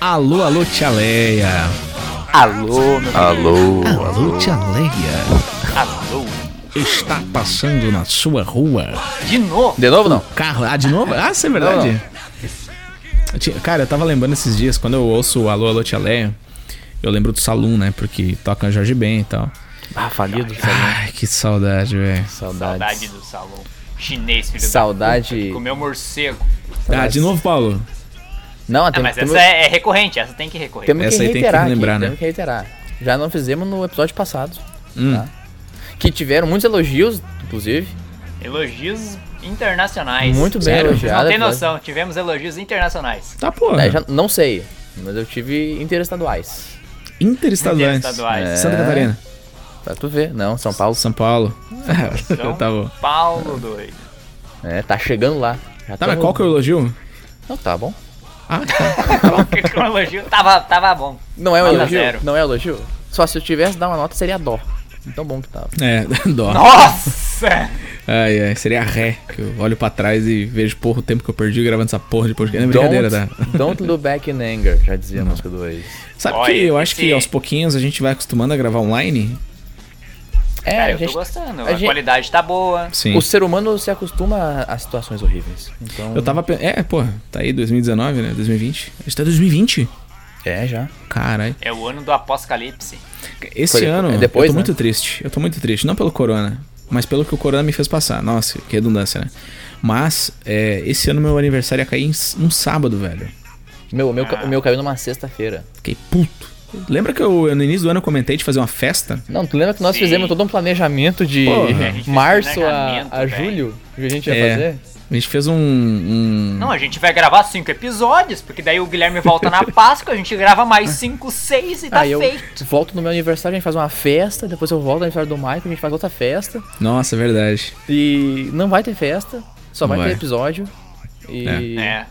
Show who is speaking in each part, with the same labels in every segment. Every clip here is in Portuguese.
Speaker 1: Alô, alô, tia Leia.
Speaker 2: Alô, meu
Speaker 3: Alô,
Speaker 1: Alô, tia Leia.
Speaker 2: Alô.
Speaker 1: Está passando na sua rua
Speaker 2: De novo.
Speaker 3: De novo não?
Speaker 1: carro. Ah, de novo? Ah, isso é
Speaker 3: Não,
Speaker 1: verdade. Eu tinha- Cara, eu tava lembrando esses dias, quando eu ouço o Alô, alô, tia Leia, eu lembro do Salum, né? Porque toca Jorge Ben e tal.
Speaker 4: Ah, falido.
Speaker 1: Ai, que saudade, velho. Ah,
Speaker 2: Saudade
Speaker 4: Saudades.
Speaker 2: do salão. Chinês, filho da
Speaker 4: Saudade-
Speaker 2: puta, que Comeu morcego.
Speaker 1: Ah, de novo, Paulo.
Speaker 4: Não,
Speaker 2: Ah,
Speaker 4: temos,
Speaker 2: mas
Speaker 4: temos,
Speaker 2: essa é é recorrente, essa tem que recorrer.
Speaker 4: temos
Speaker 1: Essa
Speaker 4: que
Speaker 1: aí tem que
Speaker 4: reiterar. aqui,
Speaker 1: lembrar, né?
Speaker 4: Temos que reiterar. Já não fizemos no episódio passado.
Speaker 1: Hum.
Speaker 4: Tá. Que tiveram muitos elogios, inclusive.
Speaker 2: Elogios internacionais.
Speaker 4: Muito bem
Speaker 1: Sério?
Speaker 2: Vocês
Speaker 4: elogiado.
Speaker 2: não tem
Speaker 4: episódio.
Speaker 2: noção, tivemos elogios internacionais.
Speaker 1: Tá, porra.
Speaker 4: É, já não sei, mas eu tive interestaduais.
Speaker 1: Interestaduais.
Speaker 2: Interestaduais.
Speaker 1: É. Santa Catarina.
Speaker 4: Pra tu ver. Não, São Paulo.
Speaker 1: São Paulo.
Speaker 2: São
Speaker 1: tá bom.
Speaker 2: Paulo doido.
Speaker 4: É, tá chegando lá. Já
Speaker 1: Tá, mas
Speaker 4: tamo-
Speaker 1: qual que é o elogio?
Speaker 4: Não, tá bom.
Speaker 1: Ah, tá.
Speaker 2: Qualquer um elogio tava, tava bom.
Speaker 4: Não é um
Speaker 2: Nota
Speaker 4: elogio?
Speaker 2: Ah, tá zero.
Speaker 4: Não é um elogio? Só se eu tivesse dar uma nota seria dó. Tão bom que tá. tava.
Speaker 1: É, dó.
Speaker 2: Nossa!
Speaker 1: Ai, ai, seria ré. Que eu olho pra trás e vejo, porra, o tempo que eu perdi gravando essa porra de podcast. Não é brincadeira, Hum. tá?
Speaker 4: don't, don't look back in anger, já dizia a música do ex.
Speaker 1: Sabe
Speaker 2: Olha,
Speaker 1: que eu acho que
Speaker 2: esse-
Speaker 1: aos pouquinhos a gente vai acostumando a gravar online?
Speaker 4: É,
Speaker 2: Cara, eu
Speaker 4: gente,
Speaker 2: tô gostando.
Speaker 4: a
Speaker 2: A,
Speaker 4: gente-
Speaker 2: qualidade tá boa.
Speaker 1: Sim.
Speaker 4: o ser humano se acostuma a- a situações horríveis. Então,
Speaker 1: Eu tava. pe- É, porra, tá aí 2019, né? 2020. A gente tá em 2020.
Speaker 4: É, já.
Speaker 1: Caralho.
Speaker 2: É o ano do apocalipse.
Speaker 1: Esse
Speaker 4: Foi-
Speaker 1: ano,
Speaker 4: é depois,
Speaker 1: eu tô
Speaker 4: né?
Speaker 1: muito triste. Eu tô muito triste. Não pelo corona, mas pelo que o corona me fez passar. Nossa, que redundância, né? Mas, é, esse ano meu aniversário ia cair em s- num sábado, velho.
Speaker 4: Meu, o meu,
Speaker 2: Ah.
Speaker 4: ca- o meu caiu numa sexta-feira.
Speaker 1: Fiquei puto. Lembra que eu, no início do ano eu comentei de fazer uma festa?
Speaker 4: Não, tu lembra que nós
Speaker 2: Sim.
Speaker 4: fizemos todo um planejamento de
Speaker 1: Porra.
Speaker 2: É, a gente fez
Speaker 4: março a,
Speaker 2: planejamento,
Speaker 4: a
Speaker 2: velho.
Speaker 4: julho? Que a gente ia
Speaker 1: É.
Speaker 4: fazer?
Speaker 1: A gente fez um. um-
Speaker 2: Não, a gente vai gravar cinco episódios, porque daí o Guilherme volta na Páscoa, a gente grava mais cinco, seis e tá
Speaker 4: Aí eu
Speaker 2: feito.
Speaker 4: volto no meu aniversário, a gente faz uma festa, depois eu volto no aniversário do Michael, a gente faz outra festa.
Speaker 1: Nossa, é verdade.
Speaker 4: E não vai ter festa, só
Speaker 1: Não
Speaker 4: vai,
Speaker 1: vai.
Speaker 4: ter episódio. E.
Speaker 2: É.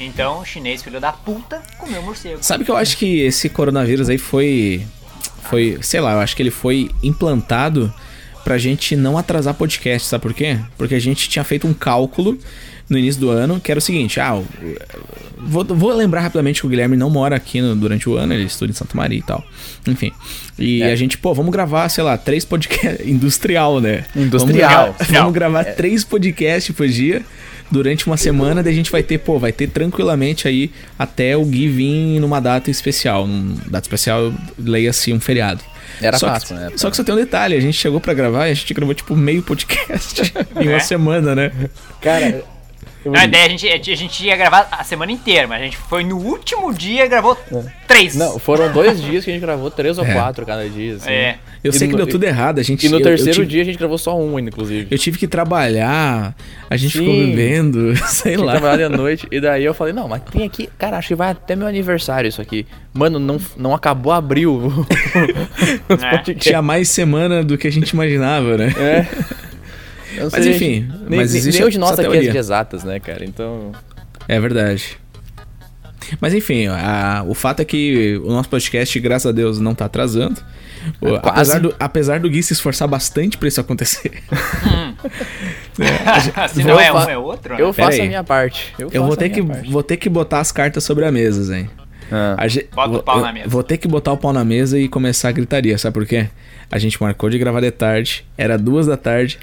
Speaker 2: Então, chinês, filho da puta, comeu morcego.
Speaker 1: Sabe que eu acho que esse coronavírus aí foi. Foi. Sei lá, eu acho que ele foi implantado pra gente não atrasar podcast, sabe por quê? Porque a gente tinha feito um cálculo no início do ano que era o seguinte: ah, o- vou, vou lembrar rapidamente que o Guilherme não mora aqui no- durante o ano, ele estuda em Santa Maria e tal. Enfim. E a gente, pô, vamos gravar, sei lá, três podcasts. Industrial, né?
Speaker 4: Industrial.
Speaker 1: Vamos, gra- vamos gravar
Speaker 4: É.
Speaker 1: três podcasts por dia durante uma semana, daí a gente vai ter, pô, vai ter tranquilamente aí até o Gui vir numa data especial. Num data especial, leia-se um feriado.
Speaker 4: Era
Speaker 1: só
Speaker 4: Páscoa,
Speaker 1: que,
Speaker 4: né?
Speaker 1: Só que só tem um detalhe, a gente chegou pra gravar e a gente gravou tipo meio podcast em uma
Speaker 2: É?
Speaker 1: semana, né?
Speaker 4: Cara, Uhum.
Speaker 2: Não, a ideia a gente, a gente ia gravar a semana inteira, mas a gente foi no último dia e gravou três.
Speaker 4: não, foram dois dias que a gente gravou, três ou
Speaker 1: É.
Speaker 4: quatro cada dia. assim.
Speaker 2: É.
Speaker 1: Eu
Speaker 4: E
Speaker 1: sei
Speaker 4: no-
Speaker 1: que deu tudo errado, a gente
Speaker 4: E no
Speaker 1: eu- eu
Speaker 4: terceiro
Speaker 1: tive-
Speaker 4: dia a gente gravou só um, inclusive.
Speaker 1: Eu tive que trabalhar, a gente ficou
Speaker 4: Sim.
Speaker 1: bebendo, sei
Speaker 4: Tinha
Speaker 1: lá.
Speaker 4: trabalhado à noite. E daí eu falei, não, mas tem aqui. Cara, acho que vai até meu aniversário isso aqui. Mano, não, não acabou abril. Os
Speaker 2: É.
Speaker 4: podcasts.
Speaker 1: Tinha mais semana do que a gente imaginava, né?
Speaker 4: É. Eu
Speaker 1: Mas
Speaker 4: sei,
Speaker 1: enfim,
Speaker 4: nem-
Speaker 1: mas
Speaker 4: nem,
Speaker 1: existe
Speaker 4: nenhum de nós
Speaker 1: essa
Speaker 4: aqui é
Speaker 1: teoria.
Speaker 4: de exatas, né, cara? Então.
Speaker 1: É verdade. Mas enfim, a- o fato é que o nosso podcast, graças a Deus, não tá atrasando. O-
Speaker 4: É, quase.
Speaker 1: apesar, do, apesar do Gui se esforçar bastante pra isso acontecer.
Speaker 2: Se não é
Speaker 4: vou
Speaker 2: um,
Speaker 4: fa-
Speaker 2: é outro. né?
Speaker 4: Eu
Speaker 1: Pera
Speaker 4: faço a
Speaker 1: aí.
Speaker 4: minha parte. Eu,
Speaker 1: Eu
Speaker 4: faço
Speaker 1: vou
Speaker 4: a
Speaker 1: ter,
Speaker 4: minha
Speaker 1: que,
Speaker 4: parte.
Speaker 1: vou ter que botar as cartas sobre a mesa, hein?
Speaker 4: Ah.
Speaker 1: A ge-
Speaker 2: Bota o
Speaker 1: vou-
Speaker 2: pau
Speaker 1: eu-
Speaker 2: na mesa.
Speaker 1: Vou ter que botar o pau na mesa e começar a gritaria, sabe por quê? A gente marcou de gravar de tarde, era duas da tarde,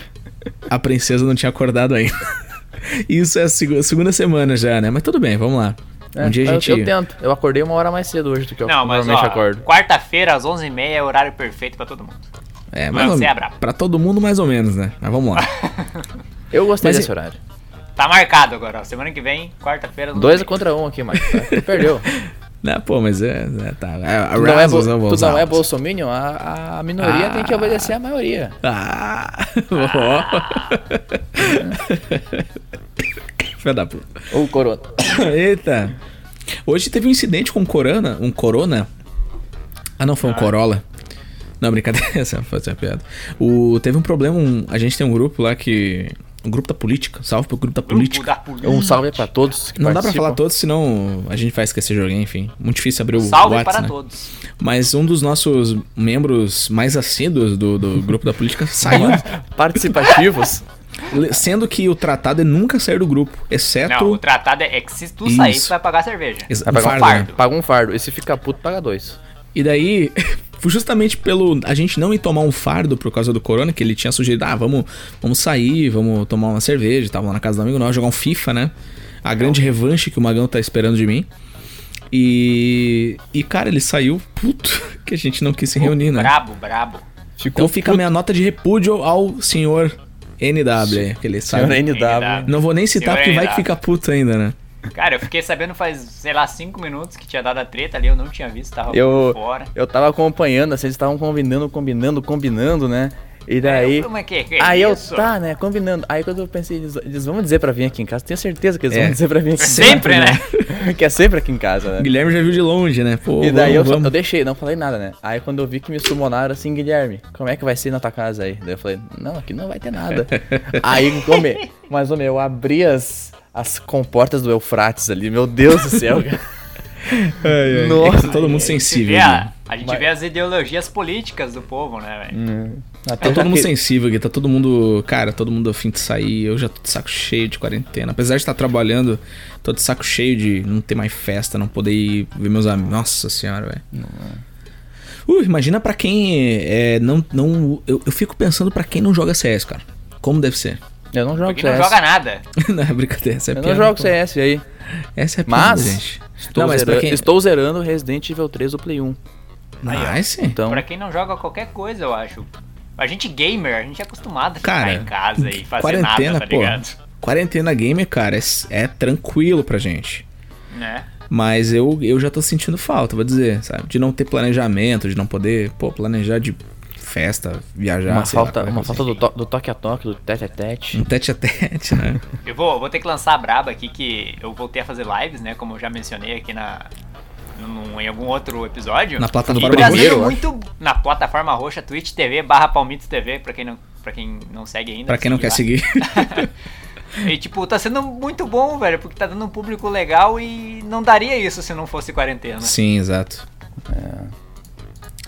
Speaker 1: a princesa não tinha acordado ainda. Isso é a segu- segunda semana já, né? Mas tudo bem, vamos lá.
Speaker 4: É,
Speaker 1: um dia a
Speaker 4: eu-
Speaker 1: gente.
Speaker 4: Eu tento. Eu acordei uma hora mais cedo hoje do que eu
Speaker 2: Não, mas
Speaker 4: normalmente
Speaker 2: ó,
Speaker 4: acordo.
Speaker 2: quarta-feira às 11h30 é o horário perfeito pra todo mundo.
Speaker 1: É, mais ou...
Speaker 2: Você é brabo.
Speaker 1: Pra todo mundo, mais ou menos, né? Mas vamos lá.
Speaker 4: Eu gostei
Speaker 1: Mas
Speaker 4: desse
Speaker 1: e-
Speaker 4: horário.
Speaker 2: Tá marcado agora, ó. Semana que vem, quarta-feira. às 11h30.
Speaker 4: Dois contra um aqui, Mike. Tá? Tu perdeu.
Speaker 1: Não, pô, mas é. é, tá. É, a
Speaker 4: Tu não é, bo...
Speaker 1: Razzles, né, vou
Speaker 4: tu
Speaker 1: usar.
Speaker 4: não é bolsominion, a, a minoria
Speaker 1: Ah.
Speaker 4: tem que obedecer à maioria.
Speaker 1: Ah! ó. Filha da puta.
Speaker 4: Ou corona.
Speaker 1: Eita! Hoje teve um incidente com um Corona. Um Corona? Ah, não, foi um Corolla. Não, brincadeira, essa foi uma piada. O, teve um problema. um- a gente tem um grupo lá que. Um grupo da política. Salve pro grupo da
Speaker 2: Grupo
Speaker 1: política.
Speaker 2: da política.
Speaker 4: Um salve pra todos que
Speaker 1: Não dá pra
Speaker 4: participam.
Speaker 1: falar todos, senão a gente vai esquecer de alguém, enfim. Muito difícil abrir o
Speaker 2: Salve
Speaker 1: Whats,
Speaker 2: para
Speaker 1: né?
Speaker 2: todos.
Speaker 1: Mas um dos nossos membros mais assíduos do, do grupo da política saiu.
Speaker 4: Participativos.
Speaker 1: Le- Sendo que o tratado é nunca sair do grupo, exceto.
Speaker 2: Não, o tratado é que se tu sair,
Speaker 1: Isso.
Speaker 2: tu vai pagar a cerveja.
Speaker 1: Ex- um
Speaker 4: Vai pagar um
Speaker 1: fardo, né?
Speaker 4: fardo. Paga um fardo. E se fica puto, paga dois.
Speaker 1: E daí, justamente pelo a gente não ir tomar um fardo por causa do corona, que ele tinha sugerido, ah, vamos, vamos sair, vamos tomar uma cerveja e tal, vamos lá na casa do amigo nós jogar um FIFA, né? A grande revanche que o Magão tá esperando de mim. E, e cara, ele saiu puto que a gente não quis se reunir, né?
Speaker 2: Brabo, brabo.
Speaker 1: Então fica a minha nota de repúdio ao senhor NW, aí, aquele
Speaker 4: Senhor
Speaker 1: sabe?
Speaker 4: NW.
Speaker 2: NW.
Speaker 1: Não vou nem citar
Speaker 2: Senhor
Speaker 1: porque vai
Speaker 2: NW.
Speaker 1: que fica puto ainda, né?
Speaker 2: Cara, eu fiquei sabendo faz, sei lá, cinco minutos que tinha dado a treta ali, eu não tinha visto, tava
Speaker 4: Eu,
Speaker 2: fora.
Speaker 4: eu tava acompanhando, assim, eles estavam combinando, combinando, combinando, né? E daí.
Speaker 2: Como é que, que
Speaker 4: Aí
Speaker 2: é
Speaker 4: eu,
Speaker 2: isso?
Speaker 4: tá, né, combinando. Aí quando eu pensei, eles, eles vão dizer pra vir aqui em casa. Tenho certeza que eles
Speaker 1: É.
Speaker 4: vão dizer pra vir aqui em casa.
Speaker 2: Sempre, né?
Speaker 4: que é sempre aqui em casa,
Speaker 1: O
Speaker 4: né?
Speaker 1: Guilherme já viu de longe, né? Pô,
Speaker 4: E daí eu,
Speaker 1: vamos,
Speaker 4: eu
Speaker 1: vamos.
Speaker 4: deixei, não falei nada, né? Aí quando eu vi que me sumonaram assim, Guilherme, como é que vai ser na tua casa aí? Daí eu falei, não, aqui não vai ter nada. aí, come, mas, homem, eu abri as, as comportas do Eufrates ali, meu Deus do céu, cara.
Speaker 1: Ai, ai,
Speaker 4: Nossa.
Speaker 1: é que tá todo mundo
Speaker 2: A gente
Speaker 1: sensível. né?
Speaker 2: vê
Speaker 1: Guilherme.
Speaker 2: a, a gente
Speaker 4: Vai.
Speaker 2: vê as ideologias políticas do povo, né, velho?
Speaker 4: Até
Speaker 1: Tá todo mundo
Speaker 4: aquele-
Speaker 1: sensível aqui, tá todo mundo. Cara, todo mundo afim de sair. Eu já tô de saco cheio de quarentena. Apesar de estar trabalhando, tô de saco cheio de não ter mais festa, não poder ir ver meus amigos. Nossa senhora, velho. Uh, imagina pra quem é, não. não eu, eu fico pensando pra quem não joga CS, cara. Como deve ser?
Speaker 4: Eu não jogo
Speaker 2: Porque não
Speaker 4: CS.
Speaker 2: joga nada.
Speaker 1: não é brincadeira, essa é
Speaker 4: Eu não
Speaker 1: piada,
Speaker 4: jogo
Speaker 1: pô.
Speaker 4: CS aí.
Speaker 1: Essa é
Speaker 4: Mas-
Speaker 1: piada, gente.
Speaker 4: Estou,
Speaker 1: não, mas pra
Speaker 4: zerando,
Speaker 1: quem.
Speaker 4: estou zerando Resident Evil 3 do Play 1.
Speaker 1: Nice.
Speaker 4: Então,
Speaker 2: Pra quem não joga qualquer coisa, eu acho. A gente gamer, a gente é acostumado a ficar
Speaker 1: Cara,
Speaker 2: em casa e fazer
Speaker 1: quarentena,
Speaker 2: nada, tá
Speaker 1: pô.
Speaker 2: ligado?
Speaker 1: Quarentena gamer, cara, é, é tranquilo pra gente.
Speaker 2: Né?
Speaker 1: Mas eu, eu já tô sentindo falta, vou dizer, sabe? De não ter planejamento, de não poder, pô, planejar de festa, viajar,
Speaker 4: uma
Speaker 1: sei lá,
Speaker 4: falta,
Speaker 1: qualquer
Speaker 4: uma
Speaker 1: coisa
Speaker 4: falta do, to- do toque a toque, do tete a
Speaker 1: assim. Um tete
Speaker 4: tete.
Speaker 1: a tete, né?
Speaker 2: Eu vou, vou ter que lançar a braba aqui que eu voltei a fazer lives, né? Como eu já mencionei aqui na. num- em algum outro episódio.
Speaker 1: Na plataforma
Speaker 2: e brasileiro
Speaker 4: roxa.
Speaker 2: muito na plataforma roxa, Twitch TV barra Palmitos TV, pra quem não, pra quem não segue ainda.
Speaker 1: pra quem não quer
Speaker 2: lá.
Speaker 1: seguir.
Speaker 2: E tipo, tá sendo muito bom, velho, porque tá dando um público legal e não daria isso se não fosse quarentena.
Speaker 1: Sim, exato.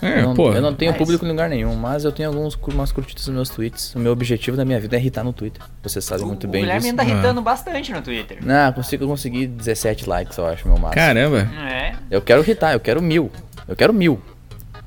Speaker 1: É,
Speaker 4: É. eu, não,
Speaker 1: pô.
Speaker 4: eu não tenho
Speaker 2: mas-
Speaker 4: público em lugar nenhum, mas eu tenho algumas umas curtidas nos meus tweets. O meu objetivo da minha vida é irritar no Twitter. Você sabe muito
Speaker 2: o
Speaker 4: bem
Speaker 2: Guilherme
Speaker 4: disso.
Speaker 2: anda irritando bastante no Twitter.
Speaker 4: Não, eu consigo eu consegui 17 likes, eu acho, meu máximo.
Speaker 1: Caramba,
Speaker 2: É.
Speaker 4: Eu quero irritar, eu quero mil. Eu quero mil.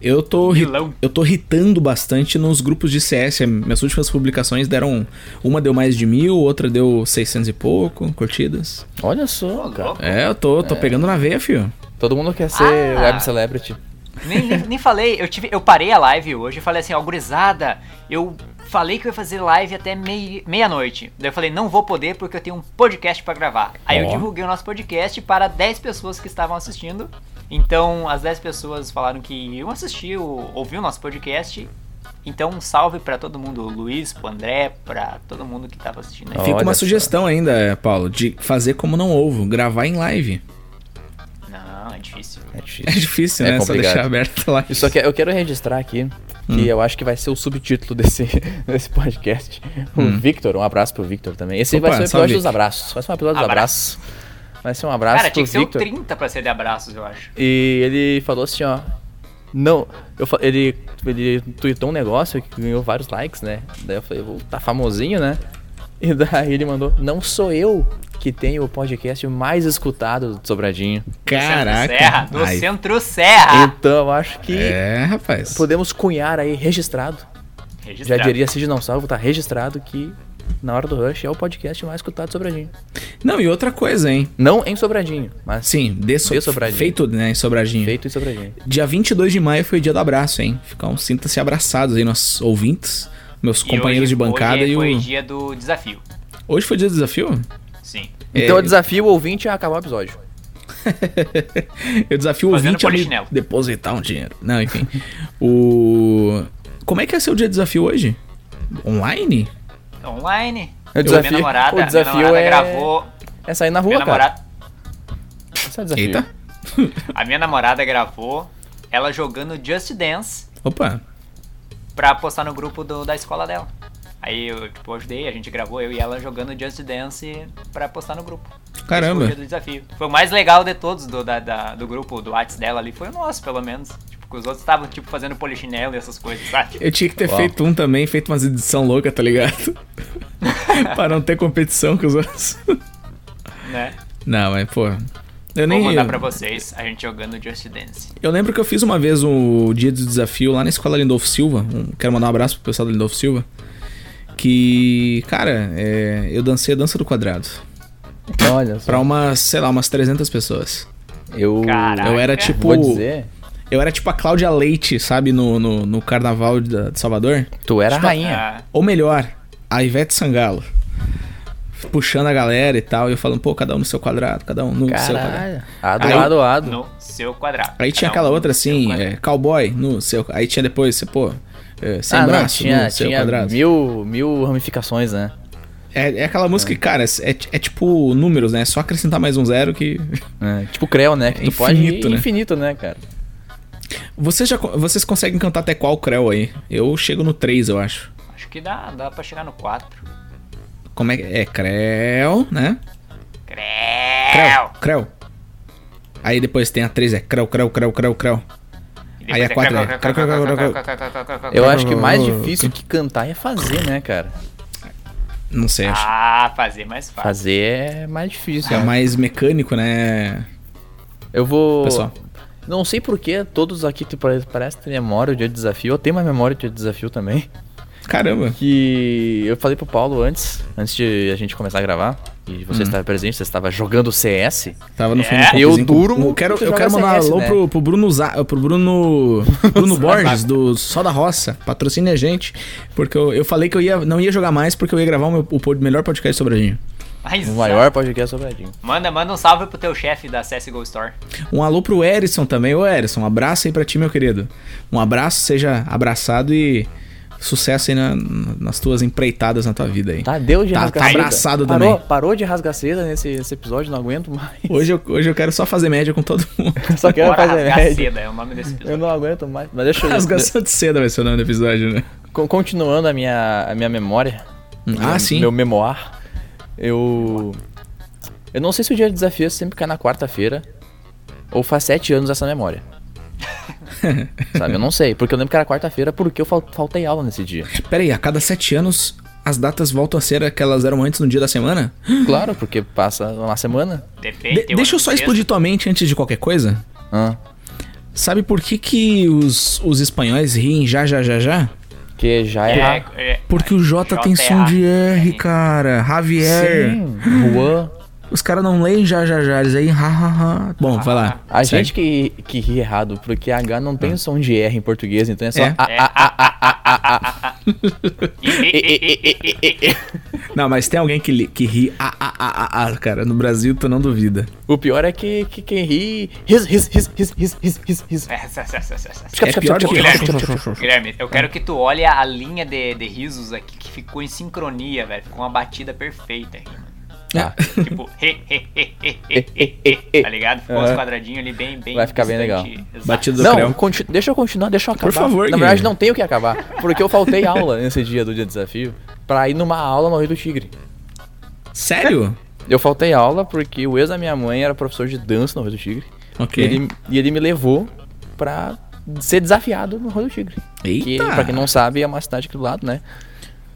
Speaker 1: eu tô, ri-
Speaker 2: Milão.
Speaker 1: eu tô irritando bastante nos grupos de CS. Minhas últimas publicações deram. um. Uma deu mais de mil, outra deu 600 e pouco curtidas.
Speaker 4: Olha só,
Speaker 2: Ô,
Speaker 4: cara.
Speaker 2: louco.
Speaker 1: É, eu tô, tô pegando na veia, fio.
Speaker 4: Todo mundo quer ser
Speaker 2: Ah.
Speaker 4: web celebrity.
Speaker 2: Nem, nem, nem falei, eu, tive, eu parei a live hoje e falei assim, ó, gurizada, eu falei que eu ia fazer live até mei- meia-noite. Daí eu falei, não vou poder porque eu tenho um podcast pra gravar. Aí eu
Speaker 1: Ó.
Speaker 2: divulguei o nosso podcast para 10 pessoas que estavam assistindo. Então, as 10 pessoas falaram que iam assistir, ou- ouvir o nosso podcast. Então, um salve pra todo mundo, o Luiz, pro André, pra todo mundo que tava assistindo aí.
Speaker 1: Fica
Speaker 4: Olha
Speaker 1: uma
Speaker 4: só.
Speaker 1: sugestão ainda, Paulo, de fazer como não ovo, gravar em live.
Speaker 2: Não, é difícil.
Speaker 4: É
Speaker 1: É
Speaker 4: difícil.
Speaker 1: difícil,
Speaker 4: É
Speaker 1: né? Só
Speaker 4: complicado.
Speaker 1: deixar aberto lá.
Speaker 4: Eu Só que eu quero registrar aqui que
Speaker 1: Hum.
Speaker 4: eu acho que vai ser o subtítulo desse, desse podcast. O Victor, um abraço pro Victor também. Esse
Speaker 1: Hum. Opa,
Speaker 4: vai ser o episódio
Speaker 1: salve.
Speaker 4: dos abraços. Vai ser um episódio dos
Speaker 2: Abraço.
Speaker 4: abraços. Vai ser um abraço
Speaker 2: Cara,
Speaker 4: pro
Speaker 2: tinha que ser o
Speaker 4: Victor.
Speaker 2: 30 pra ser de abraços, eu acho.
Speaker 4: E ele falou assim, ó. Não, eu, fa- ele, ele tweetou um negócio que ganhou vários likes, né? Daí eu falei, vou tá famosinho, né? E daí ele mandou, não sou eu que tenho o podcast mais escutado do Sobradinho.
Speaker 1: Caraca.
Speaker 2: Serra, do
Speaker 4: é
Speaker 1: Ai,
Speaker 4: um
Speaker 2: Centro Serra.
Speaker 4: Então eu acho que
Speaker 1: É, rapaz.
Speaker 4: podemos cunhar aí, registrado. Já
Speaker 2: Registrado.
Speaker 4: diria Cid não salvo, tá registrado que na hora do Rush é o podcast mais escutado de Sobradinho.
Speaker 1: Não, e outra coisa, hein?
Speaker 4: Não em Sobradinho, mas
Speaker 1: Sim, dê, so...
Speaker 4: Dê Sobradinho.
Speaker 1: feito, né, em Sobradinho.
Speaker 4: feito em Sobradinho.
Speaker 1: Dia 22 de maio foi o dia do abraço, hein? Ficam, sinta-se abraçados aí, nossos ouvintes, meus
Speaker 2: E
Speaker 1: companheiros de
Speaker 2: hoje-
Speaker 1: bancada
Speaker 2: hoje
Speaker 1: e o...
Speaker 2: foi dia do desafio.
Speaker 1: Hoje foi dia do desafio?
Speaker 2: Sim.
Speaker 4: Então
Speaker 1: É.
Speaker 4: eu desafio o ouvinte a acabar o episódio.
Speaker 1: Eu desafio o
Speaker 2: Fazendo
Speaker 1: ouvinte a me
Speaker 2: polichinelo.
Speaker 1: depositar um dinheiro. Não, enfim. o... Como é que é seu dia de desafio hoje? Online?
Speaker 2: Então, Online.
Speaker 4: Eu desafio-
Speaker 2: Minha namorada,
Speaker 4: o desafio
Speaker 2: minha namorada
Speaker 4: é-
Speaker 2: gravou.
Speaker 4: É sair na rua,
Speaker 2: Minha
Speaker 4: cara.
Speaker 2: namorada,
Speaker 4: Esse é o desafio.
Speaker 1: Eita.
Speaker 2: a minha namorada gravou ela jogando Just Dance
Speaker 1: Opa.
Speaker 2: pra postar no grupo do- da escola dela. Aí eu, tipo, ajudei, a gente gravou, eu e ela jogando Just Dance pra postar no grupo. Esse foi o
Speaker 1: Caramba.
Speaker 2: dia do desafio. Foi o mais legal de todos do, da- da- do grupo, do Whats dela ali, foi o nosso, pelo menos. Tipo, que os outros estavam, tipo, fazendo polichinelo e essas coisas, sabe? Tipo,
Speaker 1: Eu tinha que ter
Speaker 4: Uau.
Speaker 1: feito um também, feito umas edição louca, tá ligado? pra não ter competição com os outros.
Speaker 2: né?
Speaker 1: Não, mas, pô. Eu
Speaker 2: Vou
Speaker 1: nem.
Speaker 2: mandar pra vocês a gente jogando Just Dance.
Speaker 1: Eu lembro que eu fiz uma vez o dia do desafio lá na escola Lindolfo Silva. Um- quero mandar um abraço pro pessoal do Lindolfo Silva. Que, cara, é, eu dancei a dança do quadrado.
Speaker 4: Então, Olha só.
Speaker 1: Pra umas, sei lá, umas 300 pessoas.
Speaker 4: Eu.
Speaker 2: Cara.
Speaker 1: Eu era
Speaker 2: Caraca.
Speaker 1: tipo.
Speaker 4: Vou dizer.
Speaker 1: Eu era tipo a Cláudia Leite, sabe, no, no, no carnaval de, de Salvador.
Speaker 4: Tu era a
Speaker 1: Tipo,
Speaker 4: rainha.
Speaker 2: Ah,
Speaker 1: Ou melhor, a Ivete Sangalo. Puxando a galera e tal, e eu falando, pô, cada um no seu quadrado, cada um no seu quadrado.
Speaker 4: Caralho. Ah, Ado,
Speaker 1: Aí-
Speaker 4: ado, ado.
Speaker 2: no seu quadrado.
Speaker 1: Aí tinha
Speaker 2: Cada um
Speaker 1: aquela outra
Speaker 2: no seu
Speaker 1: assim,
Speaker 2: quadrado.
Speaker 1: é, cowboy no seu. Aí tinha depois, você, pô, é, sem
Speaker 4: ah, não,
Speaker 1: braço
Speaker 4: tinha,
Speaker 1: no seu
Speaker 4: tinha
Speaker 1: quadrado.
Speaker 4: mil, mil ramificações, né?
Speaker 1: É, é aquela música que, cara, é, é tipo números, né? É só acrescentar mais um zero que.
Speaker 4: É, tipo Creu, né? Que tu
Speaker 1: Infinito,
Speaker 4: pode ir
Speaker 1: né?
Speaker 4: infinito, né, cara?
Speaker 1: Vocês, já, co- vocês conseguem cantar até qual creu aí? Eu chego no 3, eu acho.
Speaker 2: Acho que dá, dá pra chegar no 4.
Speaker 1: Como é que. É creu, né?
Speaker 2: Creu!
Speaker 1: Creu. Aí depois tem a 3, é creu, creu, creu, creu, creu.
Speaker 2: E
Speaker 1: Aí a
Speaker 2: depois
Speaker 1: quatro é-
Speaker 2: creu, creu, creu, creu, creu, creu, creu, creu, creu, creu, creu, creu.
Speaker 4: Eu acho que o mais difícil que cantar é fazer, né, cara?
Speaker 1: Não sei, acho.
Speaker 2: Ah, fazer mais fácil.
Speaker 4: Fazer é mais difícil.
Speaker 1: É
Speaker 2: Ah.
Speaker 4: né?
Speaker 1: mais mecânico, né?
Speaker 4: Eu vou.
Speaker 1: Pessoal.
Speaker 4: Não sei porquê, todos aqui te pare- parece ter memória de desafio. Eu tenho uma memória de desafio também.
Speaker 1: Caramba.
Speaker 4: Que eu falei pro Paulo antes, antes de a gente começar a gravar, e
Speaker 1: Hum.
Speaker 4: você estava presente, você estava jogando CS.
Speaker 1: Tava no
Speaker 2: É,
Speaker 1: fundo do
Speaker 4: eu
Speaker 1: cozinho com-
Speaker 4: duro
Speaker 1: Eu quero,
Speaker 4: muito
Speaker 1: eu
Speaker 4: jogar
Speaker 1: quero mandar
Speaker 4: CS,
Speaker 1: alô
Speaker 4: né?
Speaker 1: pro, pro Bruno, Za- pro Bruno, Bruno Borges, do Só da Roça. Patrocine a gente. Porque eu, eu falei que eu ia, não ia jogar mais porque eu ia gravar o, meu- o pod- melhor podcast sobre a gente.
Speaker 2: Mas,
Speaker 1: Tá. um
Speaker 4: O maior podcast sobradinho.
Speaker 2: Manda, manda um salve pro teu chefe da CSGO Store.
Speaker 1: Um alô pro Erison também. Ô, Erison, um abraço aí pra ti, meu querido. Um abraço, seja abraçado e sucesso aí na- nas tuas empreitadas na tua vida aí.
Speaker 4: Tá, deu de
Speaker 1: Tá-
Speaker 4: rasga
Speaker 1: tá
Speaker 4: seda.
Speaker 1: abraçado
Speaker 4: parou,
Speaker 1: também.
Speaker 4: Parou de rasgar seda nesse, nesse episódio, não aguento mais.
Speaker 1: Hoje eu, hoje eu quero só fazer média com todo mundo.
Speaker 4: Só quero
Speaker 2: Bora
Speaker 4: fazer
Speaker 2: rasgar
Speaker 4: média.
Speaker 2: seda, é o nome desse
Speaker 4: Eu
Speaker 2: episódio.
Speaker 4: não aguento mais. Mas deixa eu.
Speaker 1: Rasgação de seda vai ser o nome do episódio, né?
Speaker 4: Con- Continuando a minha, a minha memória.
Speaker 1: Ah,
Speaker 4: meu,
Speaker 1: sim.
Speaker 4: Meu memoir. Eu. Eu não sei se o dia de desafio é sempre cai na quarta-feira. Ou faz sete anos essa memória. Sabe? Eu não sei. Porque eu lembro que era quarta-feira porque eu fal- faltei aula nesse dia.
Speaker 1: Pera aí, a cada sete anos as datas voltam a ser aquelas eram antes no dia da semana?
Speaker 4: Claro, porque passa uma semana.
Speaker 2: Depende.
Speaker 1: De-
Speaker 2: tem
Speaker 1: deixa
Speaker 2: um
Speaker 1: eu é. só
Speaker 2: texto.
Speaker 1: explodir tua mente antes de qualquer coisa.
Speaker 4: Ah,
Speaker 1: Sabe por que, que os, os espanhóis riem já, já, já, já?
Speaker 4: que já
Speaker 2: É,
Speaker 1: Ah.
Speaker 4: é.
Speaker 2: é,
Speaker 1: Porque o J tem
Speaker 2: JA.
Speaker 1: som de R, cara. Javier.
Speaker 4: Sim, Juan.
Speaker 1: Os caras não leem já, já, já. Eles aí, ha, ha, ha. Bom, vai lá.
Speaker 4: A
Speaker 1: Segue.
Speaker 4: gente que, que ri errado, porque H não tem som de R em português, então é só.
Speaker 1: Ah. É.
Speaker 4: A,
Speaker 2: É.
Speaker 4: a, a, a,
Speaker 2: e- e- e- e- e- e- e-
Speaker 1: Não, mas tem alguém que, li- que ri ah, a, a, a, a, a, cara. No Brasil, tu não duvida.
Speaker 4: O pior é que, que quem ri. Riz, riz, riz, riz, riz, riz, riz, riz.
Speaker 2: Essa, essa, essa, essa, essa.
Speaker 1: É pior que...
Speaker 2: Guilherme, eu quero que tu olhe a linha de, de risos aqui que ficou em sincronia, velho. Ficou uma batida perfeita aqui, mano.
Speaker 4: Ah,
Speaker 2: Tipo, he, he, he, he, he, he, he, tá ligado? Ficou uns
Speaker 4: Aham.
Speaker 2: quadradinhos ali bem, bem.
Speaker 4: Vai ficar bem
Speaker 2: distante.
Speaker 4: legal.
Speaker 2: Exato.
Speaker 1: Batido do
Speaker 4: Não,
Speaker 1: creu.
Speaker 4: conti- deixa eu continuar, deixa eu acabar.
Speaker 1: favor,
Speaker 4: Na verdade,
Speaker 1: Guilherme.
Speaker 4: não tenho que acabar, porque eu faltei aula nesse dia do dia do desafio pra ir numa aula no Rio do Tigre.
Speaker 1: Sério?
Speaker 4: Eu faltei aula porque o ex da minha mãe era professor de dança no Rio do Tigre.
Speaker 1: Ok.
Speaker 4: E, ele, e ele me levou pra ser desafiado no Rio do Tigre. Que,
Speaker 1: Eita.
Speaker 4: pra quem não sabe, é uma cidade aqui do lado, né?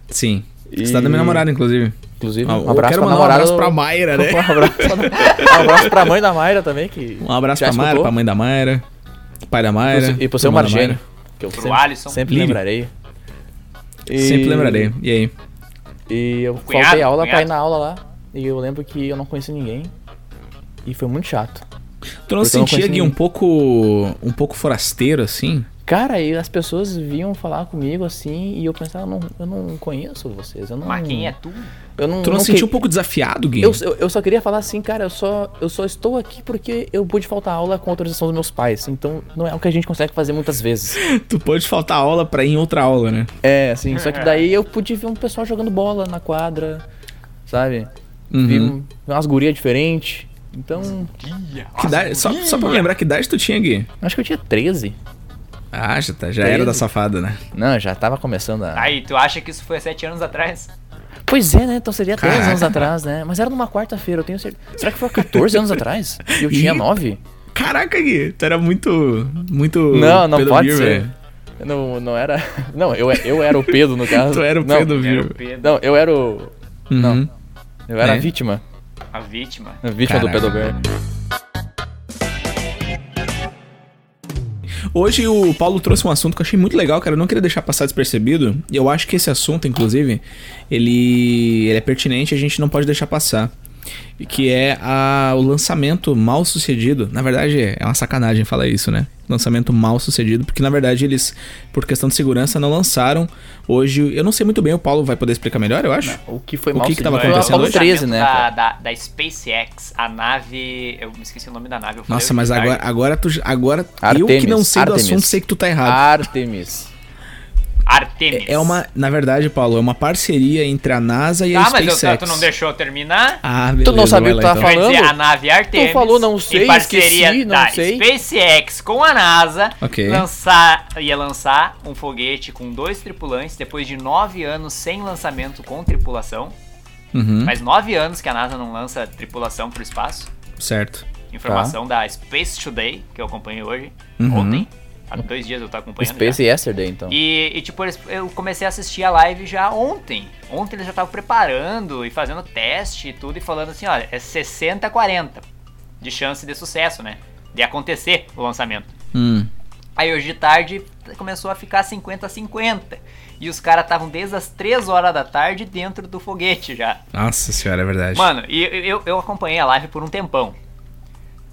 Speaker 1: Sim. tá
Speaker 4: E-
Speaker 1: Cidade da minha namorada, inclusive.
Speaker 4: Inclusive,
Speaker 1: Ah,
Speaker 4: um
Speaker 1: eu
Speaker 4: abraço
Speaker 1: quero
Speaker 4: pra
Speaker 1: mandar um
Speaker 4: namorada
Speaker 1: abraço
Speaker 4: do-
Speaker 1: pra Mayra, né?
Speaker 4: Um abraço, pra- um abraço pra mãe da Mayra também, que.
Speaker 1: Um abraço
Speaker 4: já
Speaker 1: pra Mayra,
Speaker 4: escutou.
Speaker 1: pra mãe da Mayra, pai da Mayra.
Speaker 4: E pro seu
Speaker 1: irmã da
Speaker 4: Margênio,
Speaker 1: Mayra.
Speaker 4: que eu
Speaker 2: Pro
Speaker 4: sempre,
Speaker 2: Alisson.
Speaker 4: sempre
Speaker 1: Lírio.
Speaker 4: lembrarei. E-
Speaker 1: Sempre lembrarei. E aí?
Speaker 4: E eu
Speaker 2: Cunhado,
Speaker 4: faltei aula pra ir
Speaker 2: cunhado.
Speaker 4: na aula lá. E eu lembro que eu não conheci ninguém. E foi muito chato.
Speaker 1: Tu não
Speaker 4: Porque eu não
Speaker 1: sentia,
Speaker 4: conheço
Speaker 1: Gui, um
Speaker 4: ninguém.
Speaker 1: pouco. um pouco forasteiro, assim?
Speaker 4: Cara, e as pessoas vinham falar comigo assim, e eu pensava, não, eu não conheço vocês, eu não...
Speaker 2: Mas quem é tu?
Speaker 4: Eu não,
Speaker 1: Tu não,
Speaker 4: não
Speaker 1: sentia
Speaker 4: que-
Speaker 1: um pouco desafiado, Gui?
Speaker 4: Eu, eu, eu só queria falar assim, cara, eu só, eu só estou aqui porque eu pude faltar aula com autorização dos meus pais. Então, não é o que a gente consegue fazer muitas vezes.
Speaker 1: Tu pode faltar aula pra ir em outra aula, né?
Speaker 4: É, assim, só que daí eu pude ver um pessoal jogando bola na quadra, sabe? Vi
Speaker 1: Uhum.
Speaker 4: um- umas gurias diferentes. Então,
Speaker 2: um
Speaker 1: Que idade- só, só pra lembrar, que idade tu tinha, Gui?
Speaker 4: acho que eu tinha 13.
Speaker 1: Ah, já, tá, já era da safada, né?
Speaker 4: Não, já tava começando a.
Speaker 2: Aí, tu acha que isso foi há sete anos atrás?
Speaker 4: Pois é, né? Então seria 13
Speaker 1: Caraca.
Speaker 4: anos atrás, né? Mas era numa quarta-feira, eu tenho certeza. Será que foi há 14 anos atrás? E eu tinha
Speaker 1: Ih.
Speaker 4: 9?
Speaker 1: Caraca, Gui, tu era muito. Muito.
Speaker 4: Não, não
Speaker 1: Pedro
Speaker 4: pode
Speaker 1: Bier,
Speaker 4: ser.
Speaker 1: velho.
Speaker 4: Não, não era. Não, eu, eu era o Pedro, no caso.
Speaker 1: Tu era o
Speaker 4: não,
Speaker 1: Pedro,
Speaker 2: Era
Speaker 1: viu?
Speaker 2: o Pedro,
Speaker 4: Não, eu era o. Não.
Speaker 1: Uhum.
Speaker 4: Eu era
Speaker 1: É.
Speaker 4: a vítima.
Speaker 2: a vítima.
Speaker 4: A vítima
Speaker 1: Caraca.
Speaker 4: do Pedro Bear.
Speaker 1: Hoje o Paulo trouxe um assunto que eu achei muito legal, cara. Eu não queria deixar passar despercebido. E eu acho que esse assunto, inclusive, ele, ele é pertinente e a gente não pode deixar passar. E Que é a- o lançamento mal sucedido. Na verdade, é uma sacanagem falar isso, né? Lançamento mal sucedido, porque na verdade eles, por questão de segurança, não lançaram. Hoje, eu não sei muito bem, o Paulo vai poder explicar melhor, eu acho.
Speaker 4: O que foi
Speaker 1: O
Speaker 4: mal
Speaker 1: que que tava
Speaker 4: sucedido?
Speaker 1: acontecendo
Speaker 4: Apollo
Speaker 1: hoje?
Speaker 4: 13, né?
Speaker 2: Da,
Speaker 4: cara?
Speaker 2: da, da SpaceX, a nave. Eu me esqueci o nome da nave. eu falei
Speaker 1: Nossa, mas
Speaker 2: hoje de
Speaker 1: agora,
Speaker 2: tarde.
Speaker 1: agora tu. Agora. eu que
Speaker 4: Artemis,
Speaker 1: não sei
Speaker 4: Artemis.
Speaker 1: do assunto, sei que tu tá errado.
Speaker 4: Artemis.
Speaker 2: Artemis.
Speaker 1: É uma, na verdade, Paulo, é uma parceria entre a NASA e a
Speaker 2: Tá, mas eu-
Speaker 1: SpaceX.
Speaker 2: tu não deixou eu terminar?
Speaker 1: Ah, beleza.
Speaker 4: não sabia
Speaker 1: vai
Speaker 4: o que
Speaker 1: lá, então.
Speaker 4: tava
Speaker 2: Quer dizer,
Speaker 4: falando?
Speaker 2: a nave Artemis.
Speaker 4: Tu falou, não sei,
Speaker 2: em parceria
Speaker 4: esqueci, não
Speaker 2: da
Speaker 4: sei.
Speaker 2: SpaceX com a NASA,
Speaker 1: Ok.
Speaker 2: lançar, ia lançar um foguete com dois tripulantes depois de nove anos sem lançamento com tripulação.
Speaker 1: Uhum,
Speaker 2: Faz nove anos que a NASA não lança tripulação para o espaço.
Speaker 1: certo.
Speaker 2: Informação da Space Today, que eu acompanho hoje,
Speaker 1: Uhum.
Speaker 2: ontem. Há dois dias eu tô acompanhando. já.
Speaker 4: Space Yesterday, então.
Speaker 2: E, e, tipo, eles- eu comecei a assistir a live já ontem. Ontem eles já estavam preparando e fazendo teste e tudo, e falando assim, olha, é 60-40 de chance de sucesso, né? De acontecer o lançamento.
Speaker 1: Hum,
Speaker 2: Aí hoje de tarde começou a ficar 50-50. E os caras estavam desde as 3 horas da tarde dentro do foguete já.
Speaker 1: nossa senhora, é verdade.
Speaker 2: Mano, e eu, eu- eu acompanhei a live por um tempão.